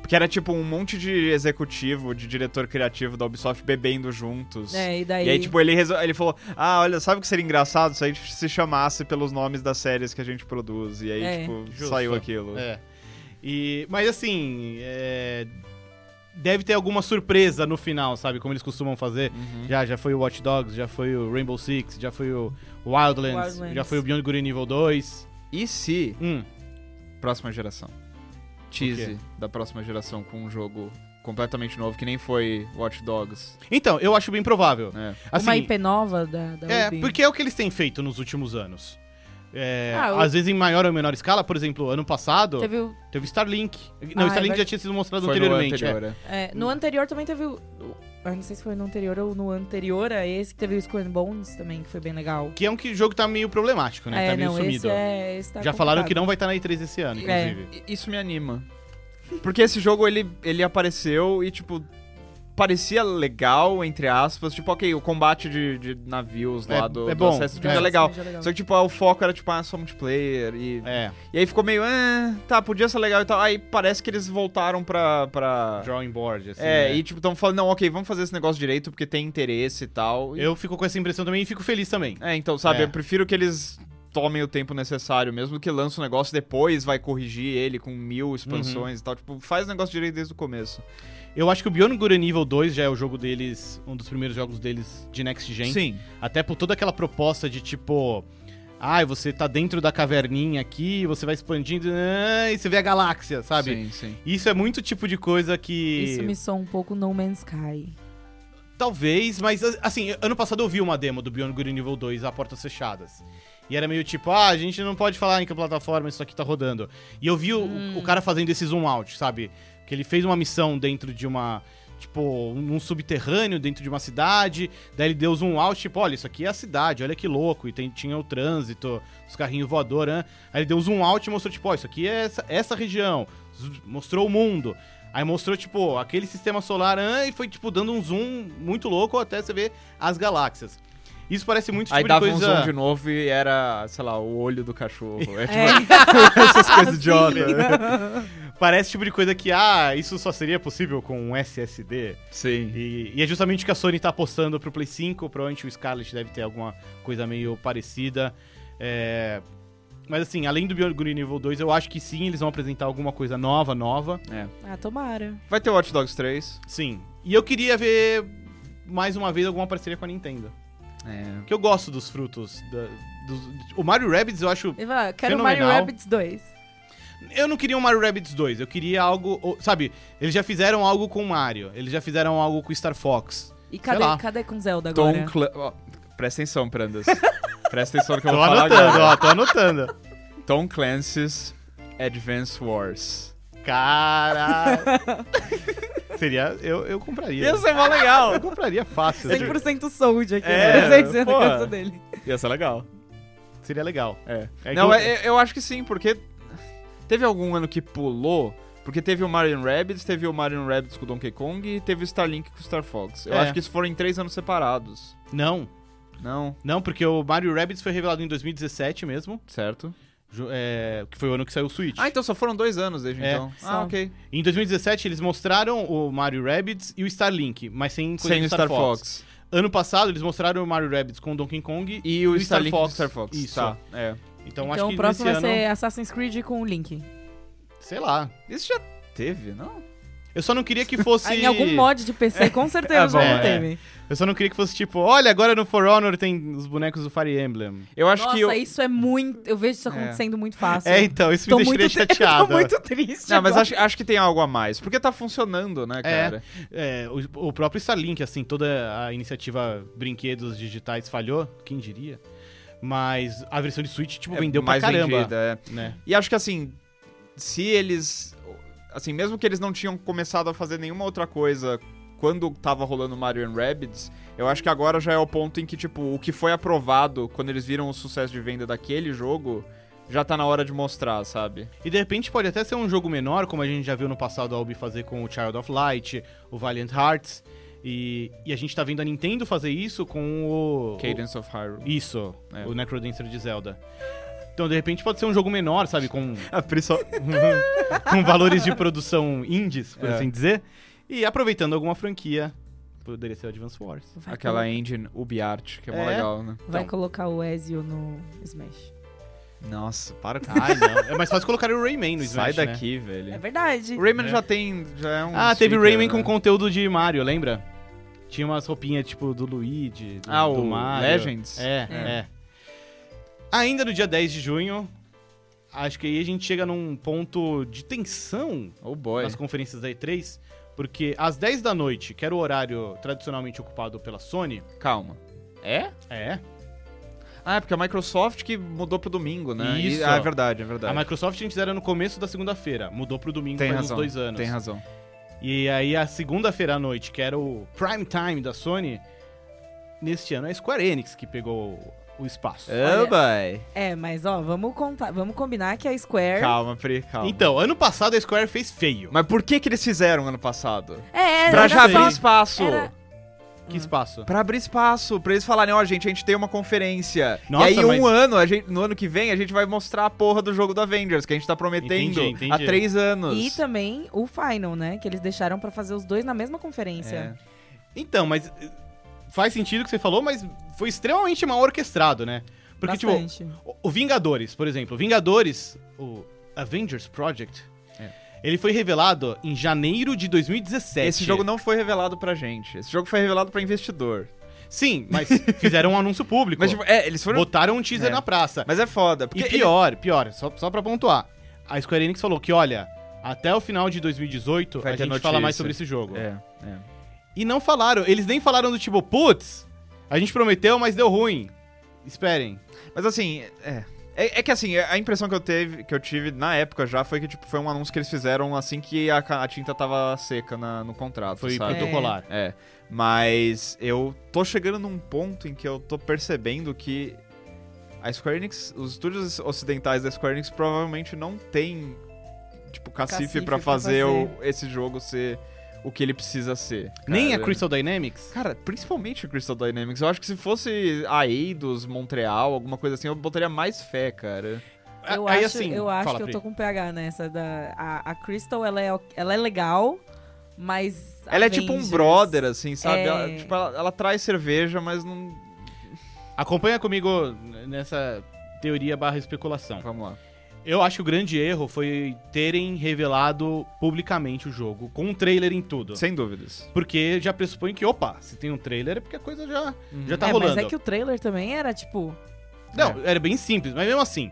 B: Porque era tipo um monte de executivo, de diretor criativo da Ubisoft bebendo juntos.
C: É, e daí...
B: E aí, tipo, ele, resol- ele falou: Ah, olha, sabe o que seria engraçado se a gente se chamasse pelos nomes das séries que a gente produz? E aí,
C: É.
B: tipo,
A: Justo.
B: saiu aquilo.
A: É. E, mas assim, é, deve ter alguma surpresa no final, sabe? Como eles costumam fazer.
B: Uhum.
A: Já, já foi o Watch Dogs, já foi o Rainbow Six, já foi o Wildlands,
C: Wildlands.
A: já foi o Beyond Good and Evil 2.
B: E se
A: Hum,
B: próxima geração? Tease da próxima geração com um jogo completamente novo, que nem foi Watch Dogs.
A: Então, eu acho bem provável.
B: né?
C: uma assim.
A: Assim,
C: IP nova da, da
A: É,
C: Ubi.
A: porque é o que eles têm feito nos últimos anos. É,
C: Ah, eu-
A: Às vezes em maior ou menor escala, por exemplo, ano passado teve,
C: Teve o-
A: Starlink. Não,
C: Ah,
A: Starlink
C: é
A: já tinha sido mostrado
B: Foi
A: anteriormente.
B: no anterior, é.
C: é, no anterior também teve o... o- ah, não sei se foi no anterior ou no anterior a esse que teve o Skull and Bones também, que foi bem legal.
A: é. Que é um que, jogo que tá meio problemático, né?
C: é,
A: tá meio
C: não,
A: sumido.
C: esse é... Esse tá
A: já falaram que
C: complicado.
A: não vai estar na E3 esse ano,
C: É.
A: inclusive.
B: I- Isso me anima. Porque esse jogo, ele, ele apareceu e, tipo, parecia legal, entre aspas. Tipo, ok, o combate de, de navios lá
A: É-
B: do,
A: é
B: do
A: bom,
B: Assassin's Creed
A: é.
B: é legal.
C: Esse é legal.
B: Só que, tipo, ah, o foco era, tipo, ah, só multiplayer e...
A: É.
B: E aí ficou meio, eh, tá, podia ser legal e tal. Aí parece que eles voltaram pra... pra...
A: Drawing board, assim.
B: É,
A: né?
B: e, tipo, tão falando, não, ok, vamos fazer esse negócio direito porque tem interesse e tal. E-
A: Eu fico com essa impressão também e fico feliz também.
B: É, então, sabe,
A: É.
B: eu prefiro que eles tomem o tempo necessário, mesmo que lance o negócio depois, vai corrigir ele com mil expansões e tal. Tipo, faz o negócio direito desde o começo.
A: Eu acho que o Beyond Good and Evil 2 já é o jogo deles, um dos primeiros jogos deles de Next Gen.
B: Sim.
A: Até por toda aquela proposta de tipo. Ai, você tá dentro da caverninha aqui, você vai expandindo né, e você vê a galáxia, sabe?
B: Sim, sim.
A: Isso é muito tipo de coisa que.
C: Isso me soa um pouco No Man's Sky.
A: Talvez, mas assim, ano passado eu vi uma demo do Beyond Good and Evil 2 a assim. portas fechadas. E era meio tipo, ah, a gente não pode falar em que plataforma isso aqui tá rodando. E eu vi o- o, cara fazendo esse zoom out, sabe? Que ele fez uma missão dentro de uma. Tipo, num subterrâneo dentro de uma cidade. Daí ele deu zoom out, tipo, olha, isso aqui é a cidade, olha que louco. E tem- tinha o trânsito, os carrinhos voadores, né? Aí ele deu zoom out e mostrou, tipo, ó, isso aqui é essa, essa região. Z- Mostrou o mundo. Aí mostrou, tipo, aquele sistema solar ah, e foi, tipo, dando um zoom muito louco até você ver as galáxias. Isso parece muito tipo
B: Aí
A: de
B: dava um
A: coisa...
B: zoom de novo e era, sei lá, o olho do cachorro. É, tipo,
C: É,
B: essas coisas
C: Sim.
B: idiotas. né?
A: Parece tipo de coisa que, ah, isso só seria possível com um SSD.
B: Sim.
A: E, e é justamente o que a Sony tá apostando pro Play 5, provavelmente o Scarlet deve ter alguma coisa meio parecida. É, Mas assim, além do Beyond Green Evil 2, eu acho que sim, eles vão apresentar alguma coisa nova, nova.
C: ah, tomara.
B: Vai ter Watch Dogs 3.
A: Sim. E eu queria ver, mais uma vez, alguma parceria com a Nintendo.
B: É.
A: Que eu gosto dos frutos. da- dos- O Mario Rabbids eu acho
C: Eva, quero
A: Fenomenal.
C: Mario Rabbids 2.
A: Eu não queria um Mario Rabbids 2, eu queria algo. ou- Sabe, eles já fizeram algo com Mario, eles já fizeram algo com Star Fox.
C: E
A: lá.
C: cadê, cadê com Zelda
B: Tom
C: agora?
B: Clancy... presta atenção, Prandas. presta atenção no que eu
A: Tô
B: vou falar
A: anotando,
B: agora.
A: ó, tô anotando.
B: Tom Clancy's Advance Wars.
A: Cara. Seria. Eu, eu compraria.
B: ser mó legal.
A: Eu compraria fácil.
C: 100% Sold aqui,
A: É,
C: né? 100%
A: pô.
C: na casa dele.
B: Ia ser legal.
A: Seria legal.
B: É.
A: É
B: Não,
A: que eu-
B: é- eu... acho que sim, porque teve algum ano que pulou. Porque teve o Mario Rabbids, teve o Mario Rabbids com o Donkey Kong e teve o Starlink com o Star Fox. Eu
A: É.
B: acho que isso foram em três anos separados.
A: Não,
B: Não,
A: não, porque o Mario Rabbids foi revelado em 2017 mesmo,
B: certo?
A: ju- é, que foi o ano que saiu o Switch.
B: Ah, então só foram dois anos desde
A: É.
B: então. Ah,
C: Só.
B: ok.
A: Em 2017 eles mostraram o Mario Rabbids e o Starlink, mas sem coisa
B: Sem
A: do
B: o Star Fox.
A: Ano passado eles mostraram o Mario Rabbids com o Donkey Kong
B: E
A: E o
B: o,
A: Star
B: Starlink
A: Fox.
B: com o Star Fox.
A: Isso.
B: Tá, é.
A: Então, acho
C: então
A: que
C: o próximo vai
A: nesse ano,
C: ser Assassin's Creed com o Link.
A: sei lá.
B: Isso já teve, não?
A: Eu só não queria que fosse
C: Ah, Em algum mod de PC, com certeza
B: É,
C: já
A: bom,
C: não
A: é.
C: teve.
A: Eu só não queria que fosse tipo, olha, agora no For Honor tem os bonecos do Fire Emblem.
B: Eu acho
C: Nossa,
B: que. Eu...
C: isso é muito... Eu vejo isso
B: É.
C: acontecendo muito fácil.
A: É, então, isso me
C: Tô
A: deixaria
C: muito, tri-
A: chateado.
C: Tô muito triste.
B: Não, mas
C: agora.
B: acho, acho que tem algo a mais. Porque tá funcionando, né, cara?
A: É, o, o próprio Starlink, assim, toda a iniciativa Brinquedos Digitais falhou, quem diria? Mas a versão de Switch, tipo,
B: É
A: vendeu
B: mais
A: pra caramba,
B: vendida, é.
A: né?
B: E acho que assim, se eles. Assim, mesmo que eles não tinham começado a fazer nenhuma outra coisa quando tava rolando Mario and Rabbids, eu acho que agora já é o ponto em que, tipo, o que foi aprovado quando eles viram o sucesso de venda daquele jogo, já tá na hora de mostrar, sabe?
A: E de repente pode até ser um jogo menor, como a gente já viu no passado a Albi fazer com o Child of Light, o Valiant Hearts, e, e a gente tá vendo a Nintendo fazer isso com o...
B: Cadence of Hyrule.
A: Isso,
B: É.
A: o Necrodancer de Zelda. Então, de repente, pode ser um jogo menor, sabe? Com,
B: A Pri só...
A: com valores de produção indies, por
B: É.
A: assim dizer. E aproveitando alguma franquia, poderia ser o Advance Wars.
C: Vai
B: Aquela
C: colo-
B: engine UbiArt, que é, mó
A: É.
B: legal, né?
C: Vai
A: então.
C: colocar o Ezio no Smash.
B: Nossa, para com
A: Ai, não. É mais fácil colocar o Rayman no
B: isso.
A: Smash,
B: Sai
A: né?
B: daqui,
C: É
B: velho.
C: verdade.
B: O Rayman
A: É.
B: já tem... Já é um
A: Ah, teve
B: sticker,
A: Rayman
B: né?
A: com conteúdo de Mario, lembra? Tinha umas roupinhas, tipo, do Luigi, do,
B: Ah,
A: do
B: o
A: Mario.
B: Legends?
A: É, é, Ainda no dia 10 de junho, acho que aí a gente chega num ponto de tensão
B: Oh boy.
A: nas conferências da E3, porque às 10 da noite, que era o horário tradicionalmente ocupado pela Sony,
B: Calma. É?
A: é,
B: Ah, é porque a Microsoft que mudou pro domingo, né?
A: Isso.
B: E- ah, é verdade, é verdade.
A: a Microsoft antes era no começo da segunda-feira, mudou pro domingo
B: tem
A: faz
B: razão.
A: uns dois anos.
B: Tem razão.
A: E aí a segunda-feira à noite, que era o prime time da Sony, neste ano é a Square Enix que pegou o espaço.
C: Olha-
B: boy.
C: É, mas ó, vamos contar, vamos combinar que a Square.
B: Calma, Pri, calma.
A: Então, ano passado a Square fez feio.
B: Mas por que que eles fizeram ano passado?
C: É, era
B: pra já
C: só-
B: abrir espaço.
C: era-
A: Que espaço?
B: Pra abrir espaço, pra eles falarem, ó, gente, a gente tem uma conferência.
A: Nossa,
B: e aí,
A: mas-
B: um ano, a gente, no ano que vem, a gente vai mostrar a porra do jogo do Avengers, que a gente tá prometendo
A: Entendi, entendi.
B: há três anos.
C: E também o Final, né? Que eles deixaram pra fazer os dois na mesma conferência.
B: É.
A: Então, mas eh, faz sentido o que você falou, mas foi extremamente mal orquestrado, né? Porque, tipo,
C: Bastante.
A: o- o Vingadores, por exemplo, o Vingadores, o Avengers Project,
B: É.
A: ele foi revelado em janeiro de 2017.
B: Esse jogo não foi revelado pra gente. Esse jogo foi revelado pra investidor.
A: Sim, mas fizeram um anúncio público.
B: Mas, tipo, é, eles foram.
A: Botaram um teaser
B: É.
A: na praça.
B: Mas é foda. Porque
A: e pior, pior, só, só pra pontuar. A Square Enix falou que, olha, até o final de 2018
B: Vai
A: a
B: ter
A: gente
B: notícia.
A: fala mais sobre esse jogo.
B: ele- É, é.
A: E não falaram. Eles nem falaram do tipo, putz, a gente prometeu, mas deu ruim. Esperem.
B: Mas assim, é. É, é que assim, a impressão que eu, teve, que eu tive na época já foi que tipo, foi um anúncio que eles fizeram assim que a, ca- a tinta tava seca na- no contrato,
A: Foi
B: sabe?
A: protocolar.
B: É, mas eu tô chegando num ponto em que eu tô percebendo que a Square Enix, os estúdios ocidentais da Square Enix provavelmente não tem tipo cacife,
C: Cacife
B: pra
C: pra
B: fazer, o- esse jogo ser o que ele precisa ser.
C: É.
A: Nem é a
B: cara.
A: Crystal Dynamics?
B: Cara, principalmente o Crystal Dynamics. Eu acho que se fosse a Eidos, Montreal, alguma coisa assim, eu botaria mais fé, cara.
C: Eu
A: Aí
C: acho,
A: assim,
C: eu acho
A: fala,
C: que eu
A: Pri.
C: tô com PH nessa. Da, a, a Crystal, ela é, o- ela é legal, mas.
B: Ela é tipo um
C: Avengers-
B: brother, assim, sabe?
C: É.
B: Ela, tipo, ela, ela traz cerveja, mas não.
A: Acompanha comigo nessa teoria barra especulação.
B: Vamos lá.
A: Eu acho que o grande erro foi terem revelado publicamente o jogo, com um trailer em tudo.
B: Sem dúvidas.
A: Porque já pressupõe que, opa, se tem um trailer é porque a coisa já, já tá
C: é,
A: rolando.
C: Mas é que o trailer também era tipo.
A: Não, era bem simples, mas mesmo assim.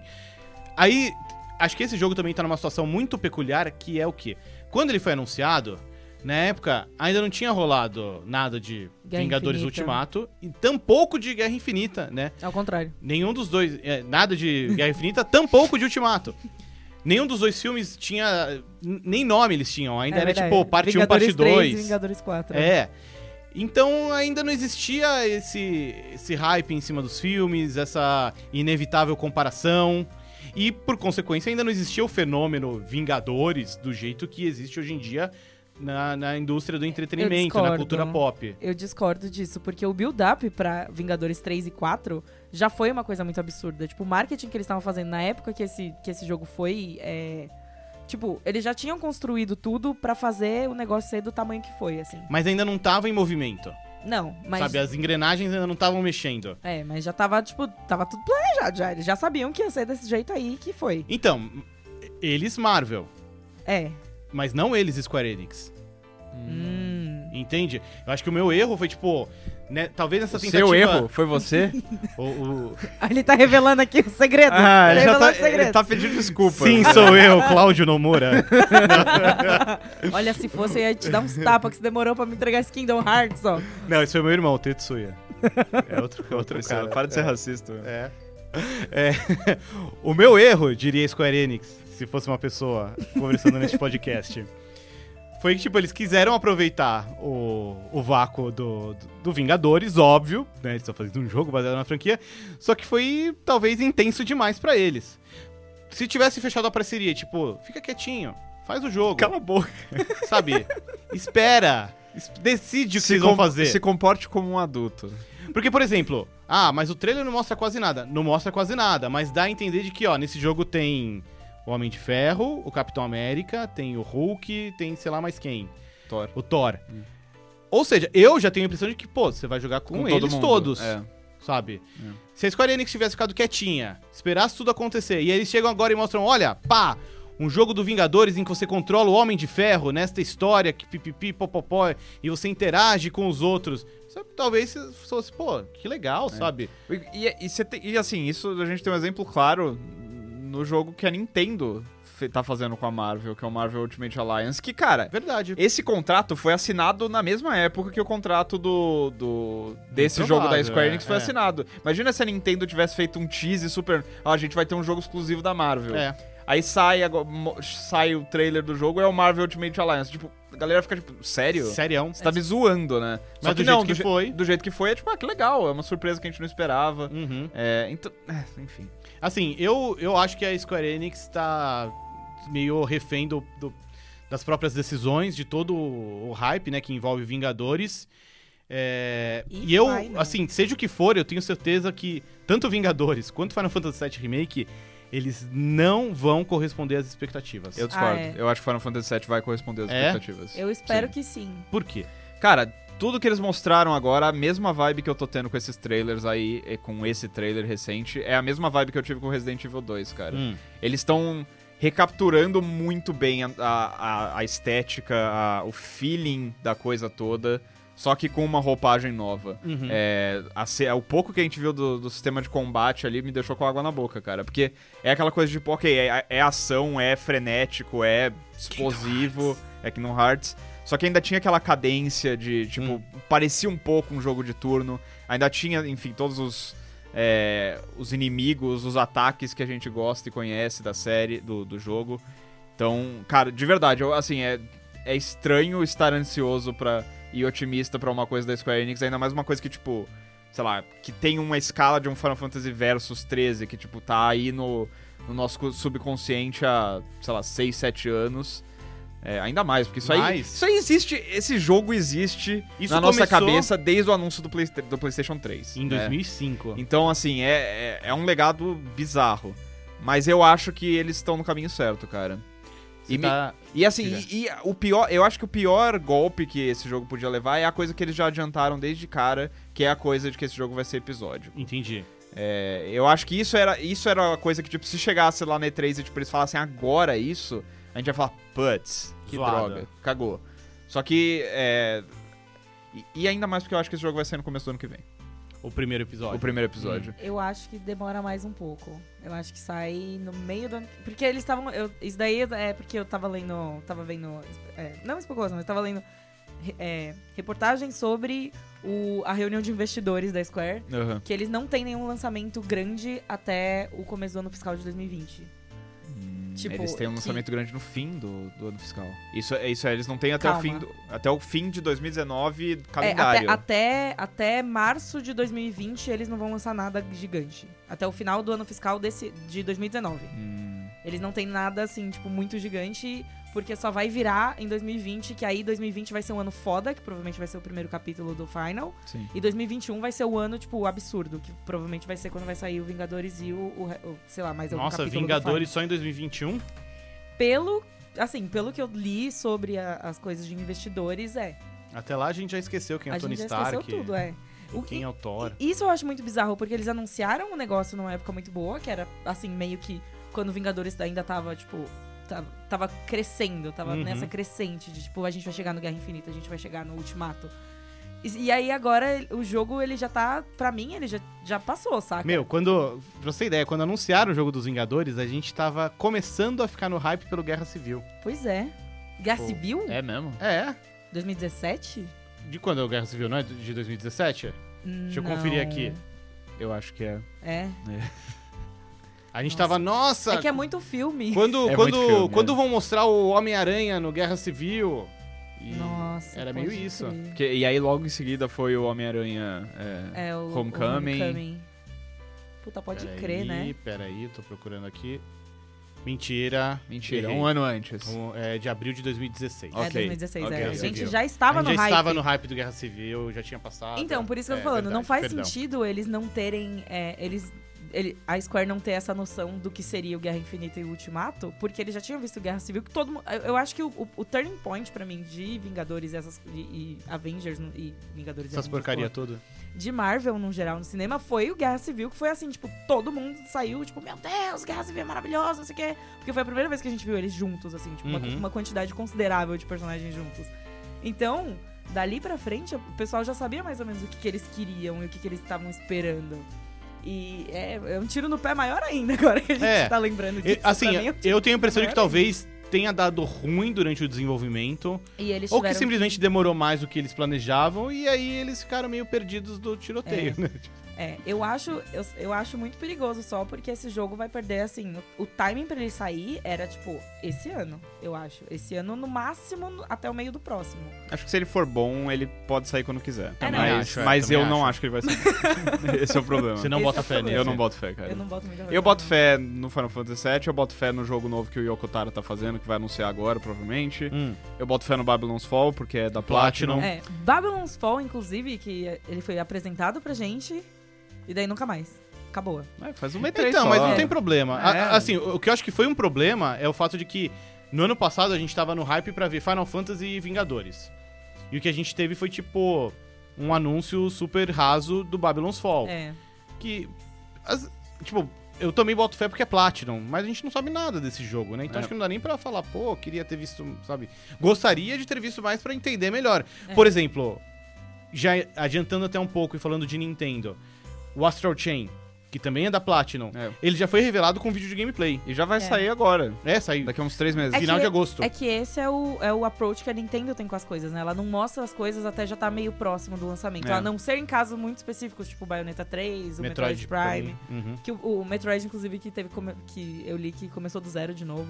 A: Aí, acho que esse jogo também tá numa situação muito peculiar, que é o quê? Quando ele foi anunciado, na época, ainda não tinha rolado nada de
C: Guerra
A: Vingadores
C: Infinita.
A: Ultimato e tampouco de Guerra Infinita, né?
C: Ao contrário.
A: Nenhum dos dois. é, nada de Guerra Infinita, tampouco de Ultimato. Nenhum dos dois filmes tinha. n- Nem nome eles tinham. Ainda
C: É
A: era
C: verdade.
A: tipo parte 1, parte
C: Vingadores 3 e
A: 2.
C: Vingadores 4.
A: É. Então ainda não existia esse, esse hype em cima dos filmes, essa inevitável comparação. E, por consequência, ainda não existia o fenômeno Vingadores do jeito que existe hoje em dia na, na indústria do entretenimento, na
C: discordo.
A: cultura pop.
C: Eu discordo disso, porque o build-up pra Vingadores 3 e 4 já foi uma coisa muito absurda. Tipo, o marketing que eles estavam fazendo na época que esse, que esse jogo foi. é, Tipo, eles já tinham construído tudo pra fazer o negócio ser do tamanho que foi, assim.
A: Mas ainda não tava em movimento.
C: Não, mas.
A: Sabe? As engrenagens ainda não estavam mexendo.
C: É, mas já tava, tipo, tava tudo planejado já. Eles já sabiam que ia ser desse jeito aí que foi.
A: Então, eles Marvel,
C: É.
A: mas não eles Square Enix.
C: Hum.
A: Entende? Eu acho que o meu erro foi, tipo, né, talvez essa
B: O
A: tentativa...
B: seu erro foi você?
A: O- o-
C: Ele tá revelando aqui o segredo.
B: ah, ele, já
C: revelou
B: tá,
C: o é segredo.
B: ele tá pedindo desculpa.
A: Sim, sou eu, Cláudio Nomura.
C: Olha, se fosse, eu ia te dar uns tapas que você demorou pra me entregar esse Kingdom Hearts, ó.
A: Não, esse foi meu irmão, Tetsuya. É outro, é outro cara.
B: Para de ser racista. meu.
A: É. É. O meu erro, diria Square Enix, se fosse uma pessoa conversando neste podcast, foi que, tipo, eles quiseram aproveitar o, o vácuo do, do, do Vingadores, óbvio, né? Eles estão fazendo um jogo baseado na franquia, só que foi, talvez, intenso demais pra eles. Se tivesse fechado a parceria, tipo, fica quietinho, faz o jogo,
B: Cala a boca.
A: sabe? Espera, es- decide o que
B: Se
A: vocês vão
B: com-
A: fazer.
B: Se comporte como um adulto.
A: Porque, por exemplo, ah, mas o trailer não mostra quase nada. Não mostra quase nada, mas dá a entender de que, ó, nesse jogo tem o Homem de Ferro, o Capitão América, tem o Hulk, tem sei lá mais quem,
B: Thor.
A: o Thor.
B: Hum.
A: Ou seja, eu já tenho a impressão de que, pô, você vai jogar com,
B: todo
A: eles
B: mundo.
A: todos,
B: É.
A: sabe?
B: É.
A: Se a Square Enix tivesse ficado quietinha, esperasse tudo acontecer, e aí eles chegam agora e mostram, olha, pá, um jogo do Vingadores em que você controla o Homem de Ferro nesta história que pipipi, popopó, e você interage com os outros. Isso, Talvez fosse, pô, que
B: É.
A: legal, sabe?
B: E, e- e você tem- e, assim, isso a gente tem um exemplo claro no jogo que a Nintendo fe- tá fazendo com a Marvel, que é o Marvel Ultimate Alliance, que, cara,
A: É Verdade.
B: esse contrato foi assinado na mesma época que o contrato do, do desse
A: Provável,
B: jogo da Square
A: é,
B: Enix foi
A: é.
B: assinado. Imagina se a Nintendo tivesse feito um tease super, ah, a gente vai ter um jogo exclusivo da Marvel.
A: É.
B: Aí sai, agora- mo- sai o trailer do jogo, é o Marvel Ultimate Alliance. Tipo, a galera fica tipo, sério?
A: Serião.
B: Você tá me zoando, né?
A: Mas do jeito que
B: je-
A: foi.
B: do jeito que foi, é tipo, ah, que legal, é uma surpresa que a gente não esperava.
A: Uhum.
B: É, então, é, enfim.
A: Assim, eu, eu acho que a Square Enix tá meio refém do, do- das próprias decisões, de todo o hype, né, que envolve Vingadores. É,
C: E
A: e eu,
C: Final.
A: assim, seja o que for, eu tenho certeza que tanto Vingadores quanto Final Fantasy VII Remake, eles não vão corresponder às expectativas.
B: Eu discordo.
C: Ah, é.
B: Eu acho que Final Fantasy VII vai corresponder às
A: É?
B: expectativas.
C: Eu espero
B: Sim.
C: que sim.
A: Por quê?
B: Cara, tudo que eles mostraram agora, a mesma vibe que eu tô tendo com esses trailers aí, e com esse trailer recente, é a mesma vibe que eu tive com Resident Evil 2, cara.
A: Hum.
B: Eles estão recapturando muito bem a, a- a- a estética, a- o feeling da coisa toda, só que com uma roupagem nova.
A: Uhum.
B: É, a ce- o pouco que a gente viu do, do sistema de combate ali me deixou com água na boca, cara. Porque é aquela coisa de, ok, é, é ação, é frenético, é explosivo, é Kingdom Hearts. Só que ainda tinha aquela cadência de, tipo, parecia um pouco um jogo de turno. Ainda tinha, enfim, todos os, é, os inimigos, os ataques que a gente gosta e conhece da série, do, do jogo. Então, cara, de verdade, eu, assim, é, é estranho estar ansioso pra, e otimista pra uma coisa da Square Enix, ainda mais uma coisa que, tipo, sei lá, que tem uma escala de um Final Fantasy Versus 13, que, tipo, tá aí no, no nosso subconsciente há, sei lá, 6, 7 anos. É, ainda mais, porque isso aí,
A: Mais?
B: isso aí existe, esse jogo existe
A: Isso
B: na nossa
A: começou-
B: cabeça desde o anúncio do, Playsta- do PlayStation 3.
A: Em
B: né?
A: 2005.
B: Então, assim, é, é, é um legado bizarro. Mas eu acho que eles estão no caminho certo, cara.
A: Você
B: e me-
A: tá-
B: E assim, e, e o pior, eu acho que o pior golpe que esse jogo podia levar é a coisa que eles já adiantaram desde cara, que é a coisa de que esse jogo vai ser episódio.
A: Entendi.
B: É, eu acho que isso era, isso era uma coisa que, tipo, se chegasse lá na E3 e tipo, eles falassem agora isso, a gente ia falar, putz, que
A: Zoado.
B: droga, cagou. Só que, é, e, e ainda mais porque eu acho que esse jogo vai ser no começo do ano que vem,
A: O primeiro
B: o
A: episódio.
B: primeiro episódio.
C: Eu acho que demora mais um pouco. Eu acho que sai no meio do ano. Porque eles estavam. eu- Isso daí é porque eu tava lendo. Tava vendo. é, não especulação, mas tava lendo re- é, reportagem sobre o- a reunião de investidores da Square.
B: Aham.
C: Que eles não têm nenhum lançamento grande até o começo do ano fiscal de 2020. Tipo,
B: eles têm um
C: que-
B: lançamento grande no fim do, do ano fiscal. Isso, é- isso é, eles não têm até o
C: Calma.
B: fim do, até o fim de 2019 do
C: É,
B: calendário.
C: até, até, até março de 2020 eles não vão lançar nada gigante. Até o final do ano fiscal desse, de 2019.
B: Hum,
C: Eles não têm nada assim, tipo, muito gigante, porque só vai virar em 2020, que aí 2020 vai ser um ano foda, que provavelmente vai ser o primeiro capítulo do Final.
B: sim.
C: E 2021 vai ser o ano, tipo, absurdo, que provavelmente vai ser quando vai sair o Vingadores e o. o re- o- sei lá, mais algum
A: Nossa,
C: é um capítulo do
A: Vingadores só em 2021?
C: Final. Pelo. Assim, pelo que eu li sobre a- as coisas de investidores, é.
A: Até lá a gente já esqueceu quem é
C: a
A: o Tony
C: gente já
A: Stark.
C: esqueceu tudo, é. O-
A: Quem é o Thor.
C: E Isso eu acho muito bizarro, porque eles anunciaram um negócio numa época muito boa, que era assim, meio que quando Vingadores ainda tava, tipo, tava, tava crescendo, tava
A: Uhum.
C: nessa crescente de tipo, a gente vai chegar no Guerra Infinita, a gente vai chegar no Ultimato. E, e aí agora ele- o jogo, ele já tá, pra mim, ele já, já passou, saca?
A: Meu, quando. Pra você ter ideia, quando anunciaram o jogo dos Vingadores, a gente tava começando a ficar no hype pelo Guerra Civil.
C: Pois é. Guerra
A: Pô,
C: Civil?
B: É mesmo?
A: É.
C: 2017?
A: De quando é o Guerra Civil, não é? De 2017? Deixa eu
C: Não.
A: conferir aqui.
B: Eu acho que é.
C: É.
A: A gente
C: Nossa.
A: tava, nossa!
C: É que é muito filme.
A: Quando,
B: É
A: quando,
B: muito filme,
A: quando
B: é.
A: vão mostrar o Homem-Aranha no Guerra Civil? E
C: Nossa.
A: Era meio
C: pode
A: isso.
C: crer.
B: Que- e aí logo em seguida foi o Homem-Aranha. é,
C: É o o
B: Homecoming.
C: Homecoming. Puta, pode
A: Peraí,
C: crer, né?
A: Peraí, tô procurando aqui. Mentira.
B: Mentira,
A: Errei.
B: um ano antes.
A: Um- é, de abril de 2016.
B: Ok,
C: É 2016,
B: ok,
C: é. A
A: ok.
C: gente
A: Viu?
C: já estava
A: a gente
C: no
A: já
C: hype.
A: estava no hype do Guerra Civil, já tinha passado.
C: Então, por isso que eu
A: É,
C: tô falando, não
A: verdade,
C: faz
A: perdão.
C: sentido eles não terem. é, eles, ele- a Square não ter essa noção do que seria o Guerra Infinita e o Ultimato, porque eles já tinham visto Guerra Civil, que todo mundo. Eu, eu acho que o, o- o turning point pra mim de Vingadores e, essas, e, e Avengers no- e Vingadores e
A: Essas
C: Avengers,
A: porcaria toda.
C: porra, de Marvel, no geral, no cinema, foi o Guerra Civil, que foi assim, tipo, todo mundo saiu, tipo, meu Deus, Guerra Civil é maravilhosa, não sei o quê. Porque foi a primeira vez que a gente viu eles juntos, assim, tipo, uma,
A: Uhum.
C: uma quantidade considerável de personagens juntos. Então, dali pra frente, o pessoal já sabia mais ou menos o que, que eles queriam e o que, que eles estavam esperando. E é, é um tiro no pé maior ainda agora que a gente
A: É.
C: tá lembrando
A: E,
C: disso.
A: assim,
C: pra mim é um tiro
A: eu tenho a impressão de
C: maior
A: que talvez tenha dado ruim durante o desenvolvimento,
C: E eles
A: ou que
C: tiveram-
A: simplesmente demorou mais do que eles planejavam, e aí eles ficaram meio perdidos do tiroteio, né? Tipo,
C: É, eu acho, eu, eu acho muito perigoso só porque esse jogo vai perder, assim, o, o timing pra ele sair era, tipo, esse ano, eu acho. Esse ano, no máximo, no- até o meio do próximo.
B: Acho que se ele for bom, ele pode sair quando quiser.
C: Também
B: mas
A: acho, é,
B: mas
A: também
B: eu não acho que ele vai sair. Esse é o problema.
A: Você não
C: Esse
A: bota
C: é o
A: fé nisso.
C: problema.
B: Eu não boto fé, cara.
C: Eu não boto muita
B: Eu boto fé no Final Fantasy VII, eu boto fé no jogo novo que o Yokotaro tá fazendo, que vai anunciar agora, provavelmente.
A: Hum.
B: Eu boto fé no Babylon's Fall, porque é da Platinum.
C: É, Babylon's Fall, inclusive, que é, ele foi apresentado pra gente, e daí nunca mais. Acabou.
B: É, faz uma E3
A: Então,
B: só.
A: mas não tem problema. A-
B: É.
A: a- assim, o o que eu acho que foi um problema é o fato de que no ano passado a gente tava no hype pra ver Final Fantasy e Vingadores. E o que a gente teve foi tipo um anúncio super raso do Babylon's Fall,
C: É.
A: que as- tipo, eu também boto fé porque é Platinum, mas a gente não sabe nada desse jogo, né? Então
B: É.
A: acho que não dá nem pra falar, pô, eu queria ter visto, sabe? Gostaria de ter visto mais pra entender melhor.
C: É.
A: Por exemplo, já adiantando até um pouco e falando de Nintendo, o Astral Chain, que que também é da Platinum,
B: É.
A: ele já foi revelado com vídeo de gameplay.
B: E já vai
C: É.
B: sair agora,
A: É, saiu
B: daqui a uns três meses.
C: É que-
A: final de agosto.
C: É que esse é o, é o approach que a Nintendo tem com as coisas, né? Ela não mostra as coisas até já tá meio próximo do lançamento.
B: É.
C: A não ser em casos muito específicos, tipo Bayonetta 3, o Metroid, Prime.
A: Uhum.
C: Que o, o Metroid, inclusive, que teve come- que eu li que começou do zero de novo.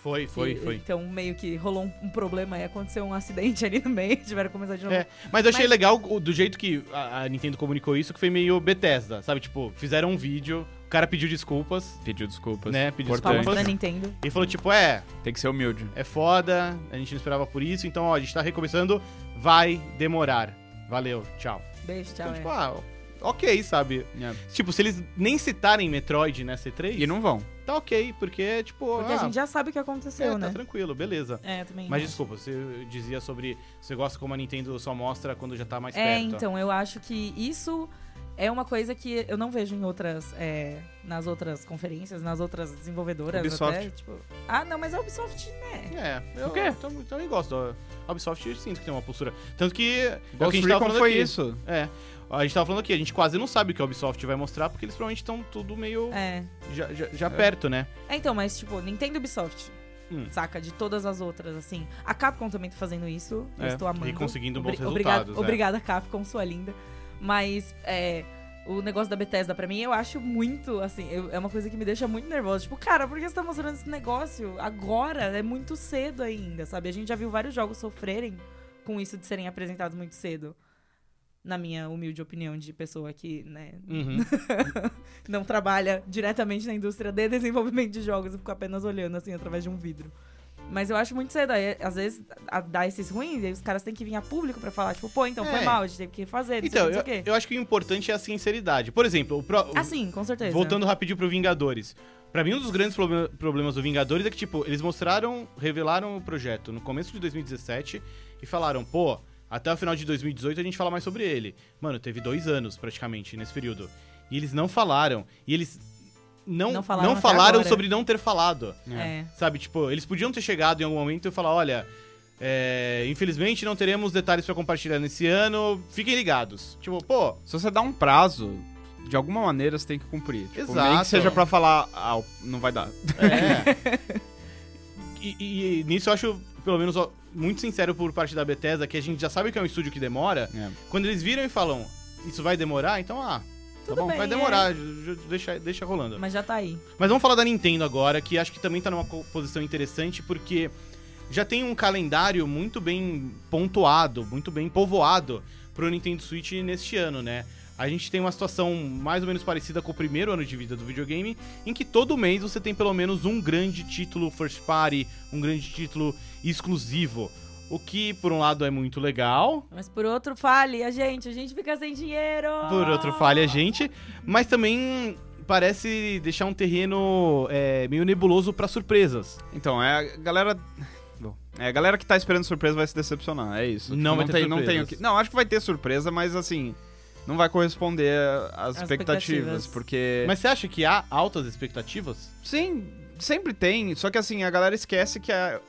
A: Foi, foi,
C: Que-
A: foi.
C: Então meio que rolou um, um problema aí, aconteceu um acidente ali no meio, tiveram que começar de novo.
A: É, mas eu achei
C: Mas-
A: legal o- do jeito que a, a Nintendo comunicou isso, que foi meio Bethesda, sabe? Tipo, fizeram um vídeo, o cara pediu desculpas,
B: Pediu desculpas.
A: Né, pediu
B: Importante.
C: Palmas
A: desculpas.
C: da Tá Nintendo.
A: e falou tipo, é,
B: Tem que ser humilde.
A: é foda, a gente não esperava por isso, então ó, a gente tá recomeçando, vai demorar. Valeu, tchau.
C: Beijo, tchau.
A: Então, tipo,
C: é.
A: ah, ok, sabe? Tipo, se eles nem citarem Metroid na C3,
B: É. E não vão.
A: tá ok, porque, tipo,
C: Porque
A: ah,
C: a gente já sabe o que
A: é,
C: aconteceu,
A: tá
C: né?
A: tranquilo, beleza.
C: É, também.
A: Mas
C: acho.
A: desculpa, você dizia sobre. Você gosta como a Nintendo só mostra quando já tá mais
C: É,
A: perto.
C: então, eu acho que isso é uma coisa que eu não vejo em outras. é, nas outras conferências, nas outras desenvolvedoras.
B: Ubisoft.
C: Até, tipo, ah, não, mas a Ubisoft, né?
A: É, eu
B: O quê?
A: tam- também gosto. A Ubisoft eu sinto que tem uma postura. Tanto que. é o que a
B: Ghost
A: gente tava
B: Recon
A: falando
B: foi
A: aqui.
B: isso.
A: É. A gente tava falando aqui, a gente quase não sabe o que a Ubisoft vai mostrar, porque eles provavelmente estão tudo meio.
C: É.
A: Já, já, já perto, né?
C: É, Então, mas tipo, Nintendo e Ubisoft.
A: Hum.
C: Saca? De todas as outras, assim. A Capcom também tá fazendo isso. Eu
B: É,
C: estou amando.
A: E conseguindo bons
C: Obri-
A: resultados. é.
C: Obrigada, obrigada, Capcom, sua linda. Mas é, o negócio da Bethesda, pra mim, eu acho muito, assim, eu- é uma coisa que me deixa muito nervosa. Tipo, cara, por que você tá mostrando esse negócio agora? É muito cedo ainda, sabe? A gente já viu vários jogos sofrerem com isso de serem apresentados muito cedo. Na minha humilde opinião de pessoa que, né,
A: É. Uhum.
C: não trabalha diretamente na indústria de desenvolvimento de jogos e fica apenas olhando assim através de um vidro. Mas eu acho muito cedo. aí, às vezes a- dá esses ruins e aí os caras têm que vir a público pra falar, tipo, pô, então
A: É.
C: foi mal, a gente teve que fazer, não sei o
A: Então,
C: que, não
A: eu,
C: sei o quê.
A: eu acho que o importante é a sinceridade. Por exemplo, o pro-
C: Ah, sim, com certeza.
A: voltando rapidinho pro Vingadores. Pra mim, um dos grandes proble- problemas do Vingadores é que, tipo, eles mostraram, revelaram o projeto no começo de 2017 e falaram, pô, até o final de 2018 a gente fala mais sobre ele. Mano, teve dois anos praticamente nesse período. E eles não falaram. E eles não, não
C: Não
A: falaram,
C: falaram até agora.
A: sobre não ter falado.
C: É.
A: Sabe, tipo, eles podiam ter chegado em algum momento e falar, olha, é, infelizmente não teremos detalhes pra compartilhar nesse ano, fiquem ligados. Tipo, pô,
B: Se você dá um prazo, de alguma maneira você tem que cumprir. Tipo, Nem
A: Exato.
B: que seja pra falar, ah, não vai dar.
A: É. e, e- e nisso eu acho, pelo menos, ó, muito sincero por parte da Bethesda, que a gente já sabe que é um estúdio que demora. Quando eles viram e falam, isso vai demorar, então, ah,
C: Tudo
A: tá bom,
C: bem,
A: vai
C: é.
A: demorar, j- j- deixa, deixa rolando. Mas...
C: Mas já tá aí.
A: vamos falar da Nintendo agora, que acho que também tá numa co- posição interessante, porque já tem um calendário muito bem pontuado, muito bem povoado pro Nintendo Switch neste ano, né? A gente tem uma situação mais ou menos parecida com o primeiro ano de vida do videogame, em que todo mês você tem pelo menos um grande título first party, um grande título exclusivo. O que, por um lado, é muito legal,
C: Mas por outro, fale a gente, a gente fica sem dinheiro.
A: por outro, falha a gente, mas também parece deixar um terreno é, meio nebuloso pra surpresas.
B: Então, é a galera. Bom, é a galera que tá esperando surpresa vai se decepcionar, é isso.
A: Não vai ter
B: tem, não tem o
A: surpresas.
B: que. Não, acho que vai ter surpresa, mas assim, não vai corresponder às
C: Às
B: expectativas,
C: expectativas.
B: porque
A: Mas você acha que há altas expectativas?
B: Sim, sempre tem. Só que assim, a galera esquece que a-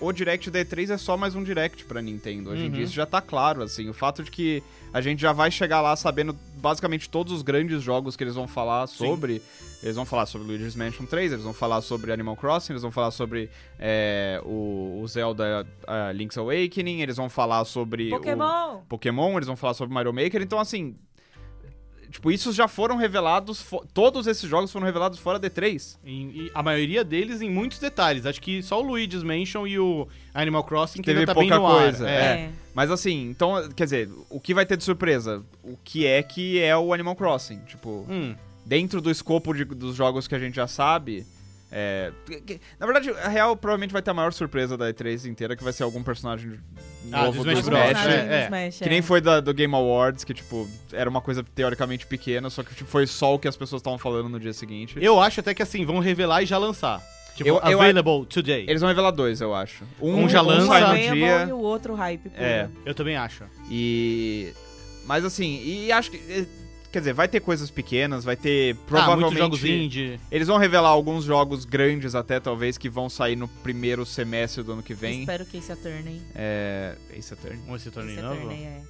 B: o Direct da E3 é só mais um Direct pra Nintendo. Hoje em
A: Uhum.
B: dia isso já tá claro, assim. O fato de que a gente já vai chegar lá sabendo basicamente todos os grandes jogos que eles vão falar
A: Sim.
B: sobre. Eles vão falar sobre Luigi's Mansion 3, eles vão falar sobre Animal Crossing, eles vão falar sobre é, o, o Zelda ah, Link's Awakening, eles vão falar sobre... o-
C: Pokémon!
B: Pokémon, eles vão falar sobre Mario Maker, então assim. Tipo, isso já foram revelados. fo- Todos esses jogos foram revelados fora D3.
A: Em- e a maioria deles em muitos detalhes. Acho que só o Luigi's Mansion e o Animal Crossing que
B: Teve
A: ainda tá bem
B: pouca
A: no ar.
B: coisa,
A: É.
B: é. Mas assim, então, quer dizer, o que vai ter de surpresa? O que é que é o Animal Crossing? Tipo,
A: Hum,
B: dentro do escopo de- dos jogos que a gente já sabe. É, que- que- na verdade, a real provavelmente vai ter a maior surpresa da E3 inteira, que vai ser algum personagem
A: Ah,
B: novo
A: do
B: do
A: Smash
B: Smash. né?
C: Os
A: Bros,
C: personagens
A: é,
C: do
A: é.
C: Smash,
B: Que
C: é.
B: nem foi da- do Game Awards, que, tipo, era uma coisa teoricamente pequena, só que tipo, foi só o que as pessoas estavam falando no dia seguinte.
A: Eu acho até que assim, vão revelar e já lançar. Tipo,
B: Eu- eu-
A: available today.
B: Eles vão revelar dois, eu acho.
A: Um já lança.
B: sai
C: um
B: no
C: dia... e
B: dia.
C: o outro hype. pô.
B: É.
A: Ah, Eu também acho.
B: E. Mas assim, e acho que. eh, Quer dizer, vai ter coisas pequenas, vai ter
A: Ah,
B: provavelmente.
A: muitos jogos indie.
B: Eles vão revelar alguns jogos grandes até, talvez, que vão sair no primeiro semestre do ano que vem.
C: Espero que esse Attorney.
B: É. Ace Attorney.
A: Vamos esse
C: Esse
A: torneio novo?
C: Attorney é.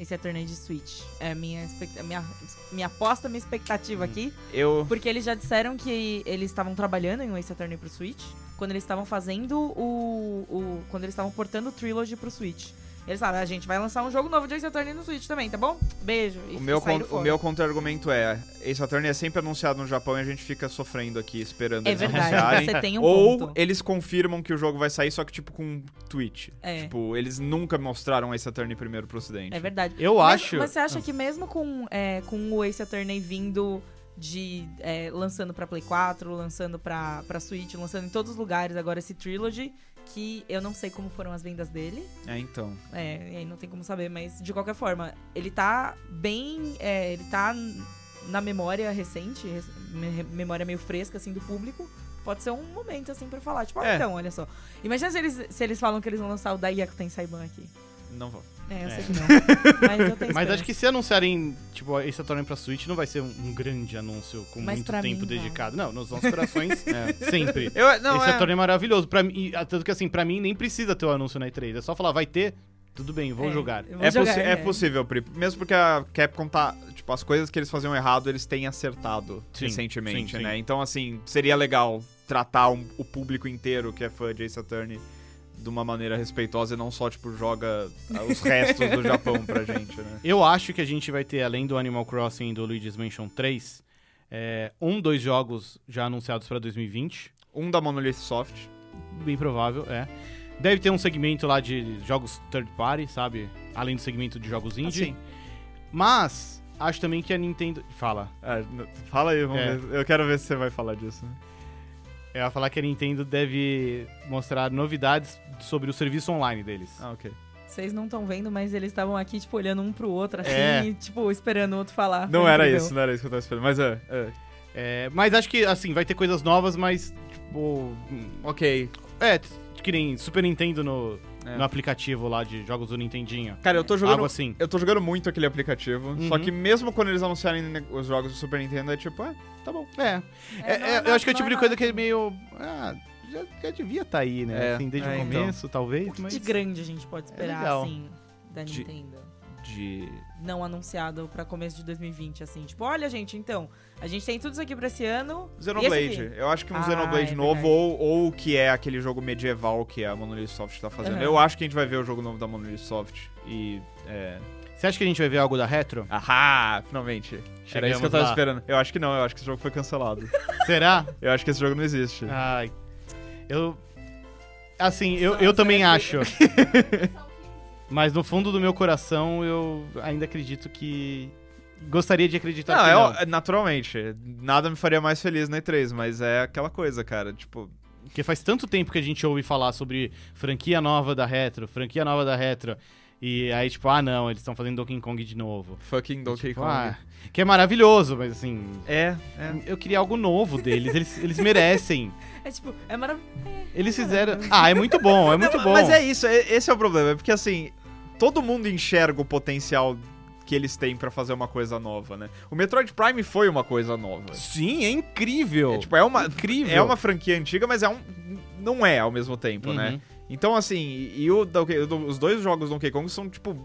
C: Esse Attorney de Switch. É a minha, expect- a minha, minha aposta, minha expectativa aqui.
B: Eu.
C: Porque eles já disseram que eles estavam trabalhando em um Ace Attorney pro Switch quando eles estavam fazendo o, o- Quando eles estavam portando o Trilogy pro Switch. Eles falaram, a gente vai lançar um jogo novo de Ace Attorney no Switch também, tá bom? Beijo. E
B: O meu,
C: saíram
B: con- o
C: fora.
B: meu contra-argumento é: Ace Attorney é sempre anunciado no Japão e a gente fica sofrendo aqui esperando
C: É
B: eles
C: verdade,
B: anunciarem.
C: você tem um
B: Ou
C: ponto.
B: eles confirmam que o jogo vai sair, só que tipo com um tweet.
C: É.
B: Tipo, eles nunca mostraram Ace Attorney primeiro pro ocidente.
C: É verdade.
A: Eu
C: Mas-
A: acho.
C: Mas você acha que mesmo com, é, com o Ace Attorney vindo de. é, lançando pra Play 4, lançando pra, pra Switch, lançando em todos os lugares agora esse Trilogy, que eu não sei como foram as vendas dele.
B: É, então.
C: É, e aí não tem como saber, mas de qualquer forma, ele tá bem. é, ele tá n- na memória recente, rec- me- memória meio fresca, assim, do público. Pode ser um momento, assim, pra falar. Tipo, ah,
B: É.
C: então, olha só. Imagina se eles, se eles falam que eles vão lançar o da Yakuten Saiban aqui.
B: Não vou.
C: É, eu
A: É.
C: sei que não. Mas eu tenho
A: Mas
C: esperança.
A: acho que se anunciarem, tipo, esse torneio pra Switch, não vai ser um, um grande anúncio com
C: Mas
A: muito
C: pra
A: tempo
C: mim, vai.
A: dedicado. Não, nos nossos corações,
B: É.
A: sempre.
B: Eu, não,
A: esse
B: é...
A: torneio é maravilhoso. Pra mim, e, ah, tanto que assim, pra mim nem precisa ter o anúncio na E3. É só falar, vai ter, tudo bem, vou
C: É,
A: jogar.
C: eu vou
B: É,
C: jogar,
B: possi- é possível, Pri. Mesmo porque a Capcom tá. Tipo, as coisas que eles faziam errado, eles têm acertado
A: Sim,
B: recentemente,
A: sim, sim.
B: né? Então, assim, seria legal tratar um- o público inteiro que é fã de Ace Attorney de uma maneira respeitosa e não só, tipo, joga ah, os restos do Japão pra gente, né?
A: Eu acho que a gente vai ter, além do Animal Crossing e do Luigi's Mansion 3, é, um, dois jogos já anunciados pra 2020.
B: Um da Monolith Soft.
A: Bem provável, é. Deve ter um segmento lá de jogos third party, sabe? Além do segmento de jogos indie.
B: Assim.
A: Mas, acho também que a Nintendo. Fala.
B: Ah, n- fala aí, vamos
A: É.
B: ver. Eu quero ver se você vai falar disso. né?
A: Eu ia falar que a Nintendo deve mostrar novidades sobre o serviço online deles.
B: Ah, ok.
C: Vocês não estão vendo, mas eles estavam aqui, tipo, olhando um pro outro, assim,
A: É.
C: e, tipo, esperando o outro falar.
B: Não
C: Foi
B: era
C: incrível.
B: isso, não era isso que eu tava esperando, mas é. é.
A: É, mas acho que, assim, vai ter coisas novas, mas, tipo. hum,
B: Ok.
A: É, t- que nem Super Nintendo no,
B: É.
A: no aplicativo lá de jogos do Nintendinho.
B: Cara, eu tô jogando
A: Algo assim.
B: Eu tô jogando muito aquele aplicativo,
A: Uhum.
B: só que mesmo quando eles anunciarem ne- os jogos do Super Nintendo, é tipo, ah, tá bom.
A: É. É,
C: não
A: é,
C: nada-
A: eu acho que é o tipo
C: não
A: de
C: nada
A: coisa que é meio. Ah, já, já devia estar aí, né?
B: É,
A: Assim, desde
B: é,
A: o
B: então.
A: começo, talvez.
C: O que
A: mas...
C: de grande a gente pode esperar,
A: É legal.
C: assim, da
B: De-
C: Nintendo?
B: De.
C: Não anunciado pra começo de 2020, assim. Tipo, olha, gente, então, a gente tem tudo isso aqui pra esse ano. E esse
B: Xenoblade.
C: aqui?
B: Eu acho que um
C: Ah,
B: Xenoblade
C: é
B: novo,
C: verdade.
B: ou, ou o que é aquele jogo medieval que a Monolith Soft tá fazendo.
C: Aham.
B: Eu acho que a gente vai ver o jogo novo da Monolith Soft. E. É.
A: Você acha que a gente vai ver algo da retro?
B: Ahá! Finalmente. Era isso
A: Chegamos
B: que eu tava
A: lá.
B: esperando. Eu acho que não, eu acho que esse jogo foi cancelado.
A: Será?
B: eu acho que esse jogo não existe.
A: Ai. Eu. Assim, eu, eu também acho. Mas no fundo do meu coração, eu ainda acredito que. Gostaria de acreditar
B: Não,
A: que.
B: é
A: não.
B: ó- naturalmente. Nada me faria mais feliz na E3, mas é aquela coisa, cara. Tipo,
A: Porque faz tanto tempo que a gente ouve falar sobre franquia nova da retro, franquia nova da retro. E aí, tipo, ah, não, eles estão fazendo Donkey Kong de novo.
B: fucking Donkey
A: Tipo,
B: Kong.
A: ah, que é maravilhoso, mas assim.
B: É, é.
A: Eu queria algo novo deles. Eles, eles merecem.
C: É tipo, é maravilhoso.
A: Eles fizeram. Ah, é muito bom, é muito bom.
B: Mas é isso, é- esse é o problema. É porque assim, todo mundo enxerga o potencial que eles têm pra fazer uma coisa nova, né? O Metroid Prime foi uma coisa nova.
A: Sim, é incrível.
B: É, tipo, é uma,
A: incrível.
B: é uma franquia antiga, mas é um. Não é ao mesmo tempo,
A: Uhum.
B: né? Então, assim, e o Donkey- o do- os dois jogos do Donkey Kong são, tipo,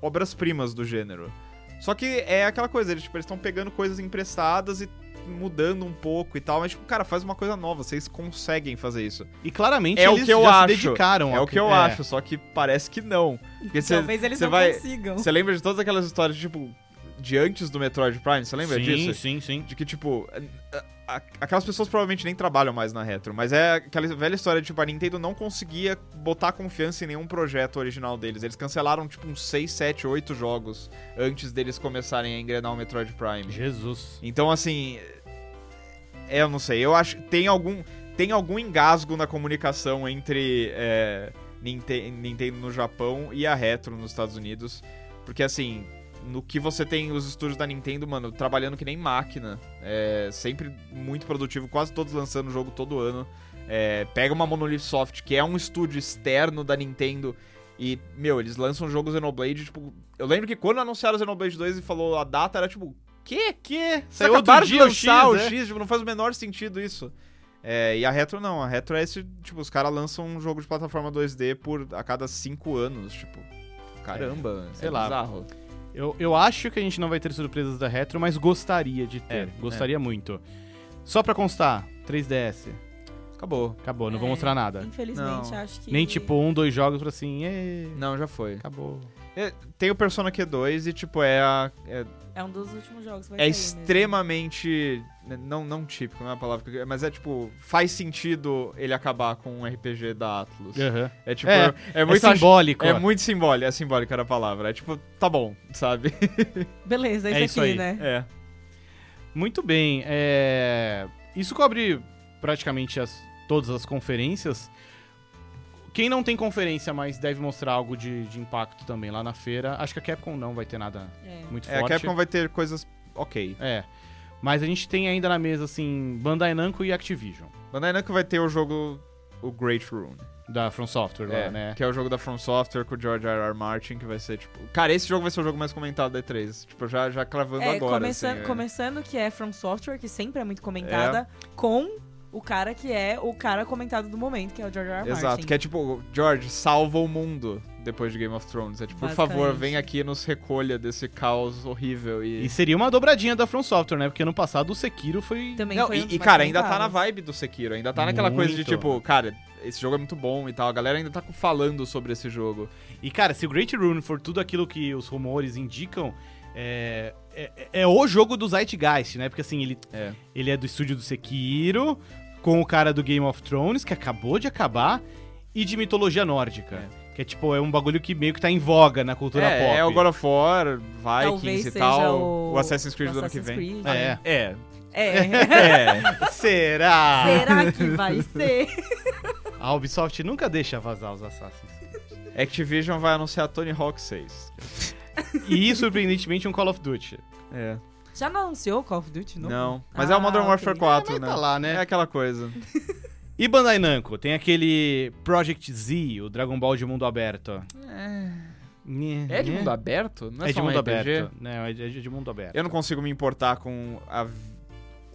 B: obras-primas do gênero. Só que é aquela coisa, eles tipo, estão pegando coisas emprestadas e mudando um pouco e tal, mas, tipo, cara, faz uma coisa nova, vocês conseguem fazer isso.
A: E claramente
B: É o
A: eles
B: que eu
A: já
B: acho.
A: se dedicaram.
B: É
A: ao
B: o que eu acho, só que parece que não. Porque você
C: Talvez eles
B: cê
C: não
B: vai-
C: consigam.
B: você lembra de todas aquelas histórias, tipo, de antes do Metroid Prime? Você lembra
A: sim,
B: disso?
A: Sim, sim,
B: De que, tipo, a- a- aquelas pessoas provavelmente nem trabalham mais na retro, mas é aquela velha história de, tipo, a Nintendo não conseguia botar confiança em nenhum projeto original deles. Eles cancelaram, tipo, uns 6, 7, 8 jogos antes deles começarem a engrenar o Metroid Prime.
A: Jesus.
B: Então, assim. é, Eu não sei. Eu acho. Tem algum. Tem algum engasgo na comunicação entre é, Ninte- Nintendo no Japão e a Retro nos Estados Unidos. Porque, assim, no que você tem os estúdios da Nintendo, mano, trabalhando que nem máquina. É, sempre muito produtivo, quase todos lançando o jogo todo ano. É, pega uma Monolith Soft, que é um estúdio externo da Nintendo. E, meu, eles lançam o jogo Xenoblade, tipo... Eu lembro que quando anunciaram o Xenoblade 2 e falou a data, era tipo Que?
A: Que?
B: Vocês
A: Saiu outro
B: acabaram de
A: dia o X,
B: lançar o X,
A: é?
B: tipo, não faz o menor sentido isso. É, e a Retro não, a Retro é esse, tipo, os caras lançam um jogo de plataforma 2D por a cada 5 anos, tipo. Caramba,
A: sei
B: é
A: lá.
B: bizarro.
A: Eu, eu acho que a gente não vai ter surpresas da Retro, mas gostaria de
B: É,
A: ter. gostaria muito. Só pra constar, 3DS.
B: Acabou.
A: Acabou, não vou
C: É.
A: mostrar nada.
C: Infelizmente,
B: Não.
C: acho que.
A: Nem tipo um, dois jogos pra assim, "Ê,
B: Não, já foi.
A: acabou.
B: Tem o Persona Q2 e, tipo, é a. É,
C: É um dos últimos jogos que vai
B: é
C: sair mesmo.
B: extremamente. né, Não, não típico, não é a palavra que eu, Mas é tipo, faz sentido ele acabar com um RPG da Atlus.
A: Aham.
B: É tipo,
A: É,
B: é, é muito
A: é simbólico.
B: É muito simbólico, é simbólico era a palavra. É tipo, tá bom, sabe?
C: Beleza, é
A: É
C: isso,
A: isso
C: aqui,
A: aí.
C: né?
B: É.
A: Muito bem, é, isso cobre praticamente as- todas as conferências. Quem não tem conferência, mas deve mostrar algo de, de impacto também lá na feira, acho que a Capcom não vai ter nada
C: É.
A: muito
B: É, a
A: forte.
B: Capcom vai ter coisas ok.
A: É, mas a gente tem ainda na mesa, assim, Bandai Namco e Activision,
B: Bandai Namco vai ter o jogo o Great Rune,
A: da From Software
B: é,
A: lá, né?
B: que é o jogo da From Software com o George R. R. Martin, que vai ser tipo, cara, esse jogo vai ser o jogo mais comentado da E3, tipo, já já cravando
C: É,
B: agora,
C: começando,
B: assim, é.
C: começando que é From Software, que sempre é muito comentada, com o cara que é o cara comentado do momento, que é o George R. R.
B: Exato,
C: Martin.
B: que é tipo, George, salva o mundo depois de Game of Thrones. É tipo, por favor,
C: Basicamente.
B: vem aqui e nos recolha desse caos horrível e
A: E seria uma dobradinha da From Software, né? Porque ano passado o Sekiro foi...
C: Também
B: Não,
C: foi um
B: e,
C: dos
B: e,
C: mais
B: cara, ainda tá na
C: comentados.
B: vibe do Sekiro, ainda tá naquela coisa de
A: Muito.
B: tipo, cara, esse jogo é muito bom e tal, a galera ainda tá falando sobre esse jogo.
A: E, cara, se o Great Rune for tudo aquilo que os rumores indicam, é, é, é o jogo do Zeitgeist, né? Porque, assim, ele
B: É.
A: ele é do estúdio do Sekiro, com o cara do Game of Thrones, que acabou de acabar, e de mitologia nórdica. Que é, tipo, é um bagulho que meio que tá em voga na cultura
B: é,
A: pop.
B: é o God of War, Vikings
C: Talvez
B: e
C: seja
B: tal,
C: o-
B: o Assassin's Creed do ano que
C: Assassin's
B: vem.
C: Creed.
A: É.
B: É.
C: É.
B: É.
A: Será?
C: Será que vai ser?
A: A Ubisoft nunca deixa vazar os Assassins.
B: Activision vai anunciar Tony Hawk 6.
A: E, surpreendentemente, um Call of Duty.
B: É.
C: Já não anunciou o Call of Duty?
B: Não.
C: Não.
B: Mas é o
C: Ah,
B: Modern
C: ok.
B: Warfare 4, né?
A: tá lá,
B: É
A: né?
B: aquela coisa.
A: E Bandai Namco, tem aquele Project Z, o Dragon Ball de mundo aberto.
B: É de mundo aberto? Não é,
A: É de
B: só um
A: mundo
B: RPG?
A: aberto. Não, é de, é de mundo aberto.
B: Eu não consigo me importar com a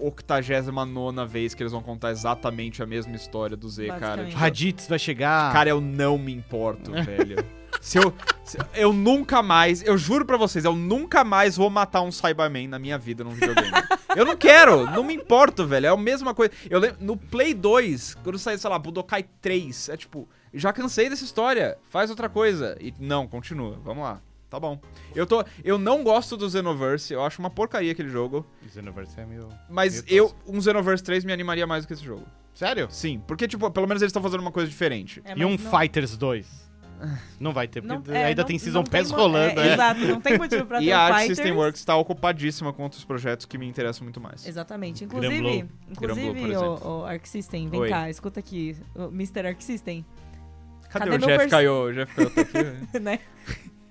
B: 89 vez que eles vão contar exatamente a mesma história do Z, cara.
C: Basicamente.
B: Tipo,
A: Raditz vai chegar.
B: Cara, eu não me importo, velho. Se eu, se- eu nunca mais, eu juro pra vocês, eu nunca mais vou matar um Cyberman na minha vida num videogame. eu não quero, não me importo, velho. É a mesma coisa. Eu lembro, no Play 2, quando saiu, sei lá, Budokai 3, é tipo, já cansei dessa história, faz outra coisa. E não, continua, vamos lá. Tá bom. Eu, tô, eu não gosto do Xenoverse, eu acho uma porcaria aquele jogo.
A: Xenoverse é meu.
B: Mas
A: Eu
B: eu, um Xenoverse 3 me animaria mais do que esse jogo.
A: Sério?
B: Sim, porque, tipo, pelo menos eles estão fazendo uma coisa diferente.
C: É, mas
A: e um
C: não-
A: Fighters 2. Não vai ter, porque
C: não- é,
A: ainda
C: não-
A: tem
C: não
A: Season Pass
C: mo-
A: rolando.
C: é,
A: né?
C: Exato, não tem motivo pra ter
B: E
C: um
B: a Art
C: Fighters.
B: System Works tá ocupadíssima com outros projetos que me interessam muito mais.
C: Exatamente.
A: Granblue.
C: Inclusive,
B: Granblue,
C: inclusive
B: por
C: o,
B: exemplo.
C: o Arc System, vem
B: Oi.
C: cá, escuta aqui. O Mr. Arc System,
B: Cadê,
C: Cadê
B: o
C: meu
B: Jeff
C: perso-
B: Caio? O Jeff Caio tá aqui?
C: né?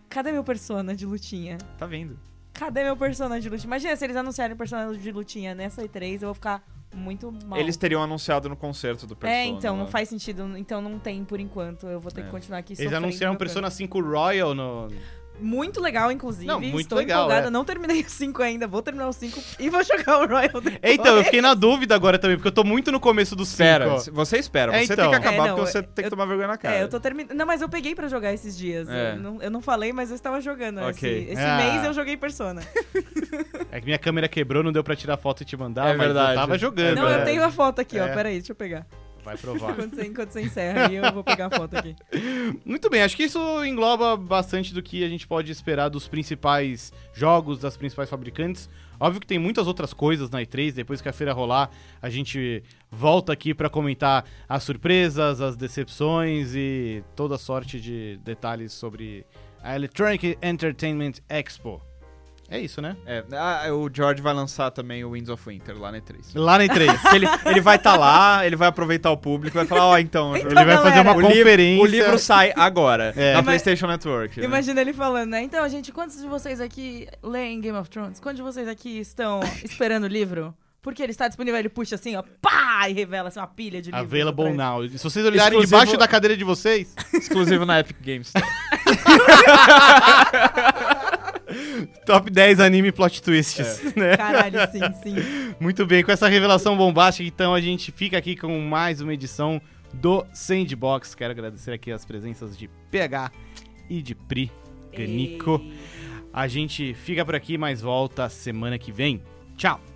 C: Cadê meu persona de lutinha?
B: tá vindo.
C: Cadê meu personagem de lutinha? Imagina se eles anunciarem o personagem de lutinha nessa E3, eu vou ficar muito mal.
B: Eles teriam anunciado no concerto do Persona.
C: é, então, não
B: lá.
C: faz sentido. Então não tem por enquanto. Eu vou ter
B: É.
C: que continuar aqui
A: Eles
C: sofrendo
A: anunciaram um
C: meu
A: Persona 5 Royal no.
C: canto. Muito legal, inclusive.
A: Não, muito
C: Estou
A: legal,
C: empolgada.
A: é.
C: Não terminei o 5 ainda. Vou terminar o 5 e vou jogar o Royal É, depois.
A: Então, eu fiquei na dúvida agora também, porque eu tô muito no começo do 5.
B: Espera, você espera.
A: É,
B: Você
A: então.
B: tem que acabar
C: É, não,
B: porque você
C: eu-
B: tem que tomar vergonha na cara.
C: É, eu tô terminando. Não, mas eu peguei pra jogar esses dias.
B: É.
C: Eu, não, eu não falei, mas eu estava jogando.
B: Ok.
C: Esse, esse
A: Ah.
C: mês eu joguei Persona.
A: É que minha câmera quebrou, não deu pra tirar foto e te mandar,
B: É
A: mas eu
B: verdade.
A: tava jogando.
C: não, eu
A: né?
C: tenho a foto aqui, ó.
A: É.
C: Peraí, deixa eu pegar.
A: Vai provar.
C: Enquanto você, enquanto você encerra aí, eu vou pegar a foto aqui.
A: muito bem, acho que isso engloba bastante do que a gente pode esperar dos principais jogos, das principais fabricantes. Óbvio que tem muitas outras coisas na E3, depois que a feira rolar, a gente volta aqui pra comentar as surpresas, as decepções e toda sorte de detalhes sobre a Electronic Entertainment Expo. É isso, né?
B: É, ah, o George vai lançar também o Winds of Winter lá na E3.
A: Lá na E3.
B: ele, ele vai estar lá, ele vai aproveitar o público, vai falar, ó, então...
C: Então,
A: Ele vai fazer uma
C: galera,
B: o livro-
A: conferência.
B: O livro sai agora,
A: É.
B: na
A: Ima-
B: PlayStation Network. né?
C: Imagina ele falando, né? Então, gente, quantos de vocês aqui leem Game of Thrones? Quantos de vocês aqui estão esperando o livro? Porque ele está disponível, ele puxa assim, ó, pá, e revela assim, uma pilha de livros.
A: Available
C: Pra-
A: now. Se vocês olharem
B: Exclusivo-
A: debaixo da cadeira de vocês,
B: Exclusivo na Epic Games.
A: Top 10 anime plot twists, né?
C: Caralho, sim, sim.
A: Muito bem, com essa revelação bombástica, então a gente fica aqui com mais uma edição do Sandbox. Quero agradecer aqui as presenças de PH e de Pri Ganico.
C: E-
A: A gente fica por aqui, mas volta semana que vem. Tchau!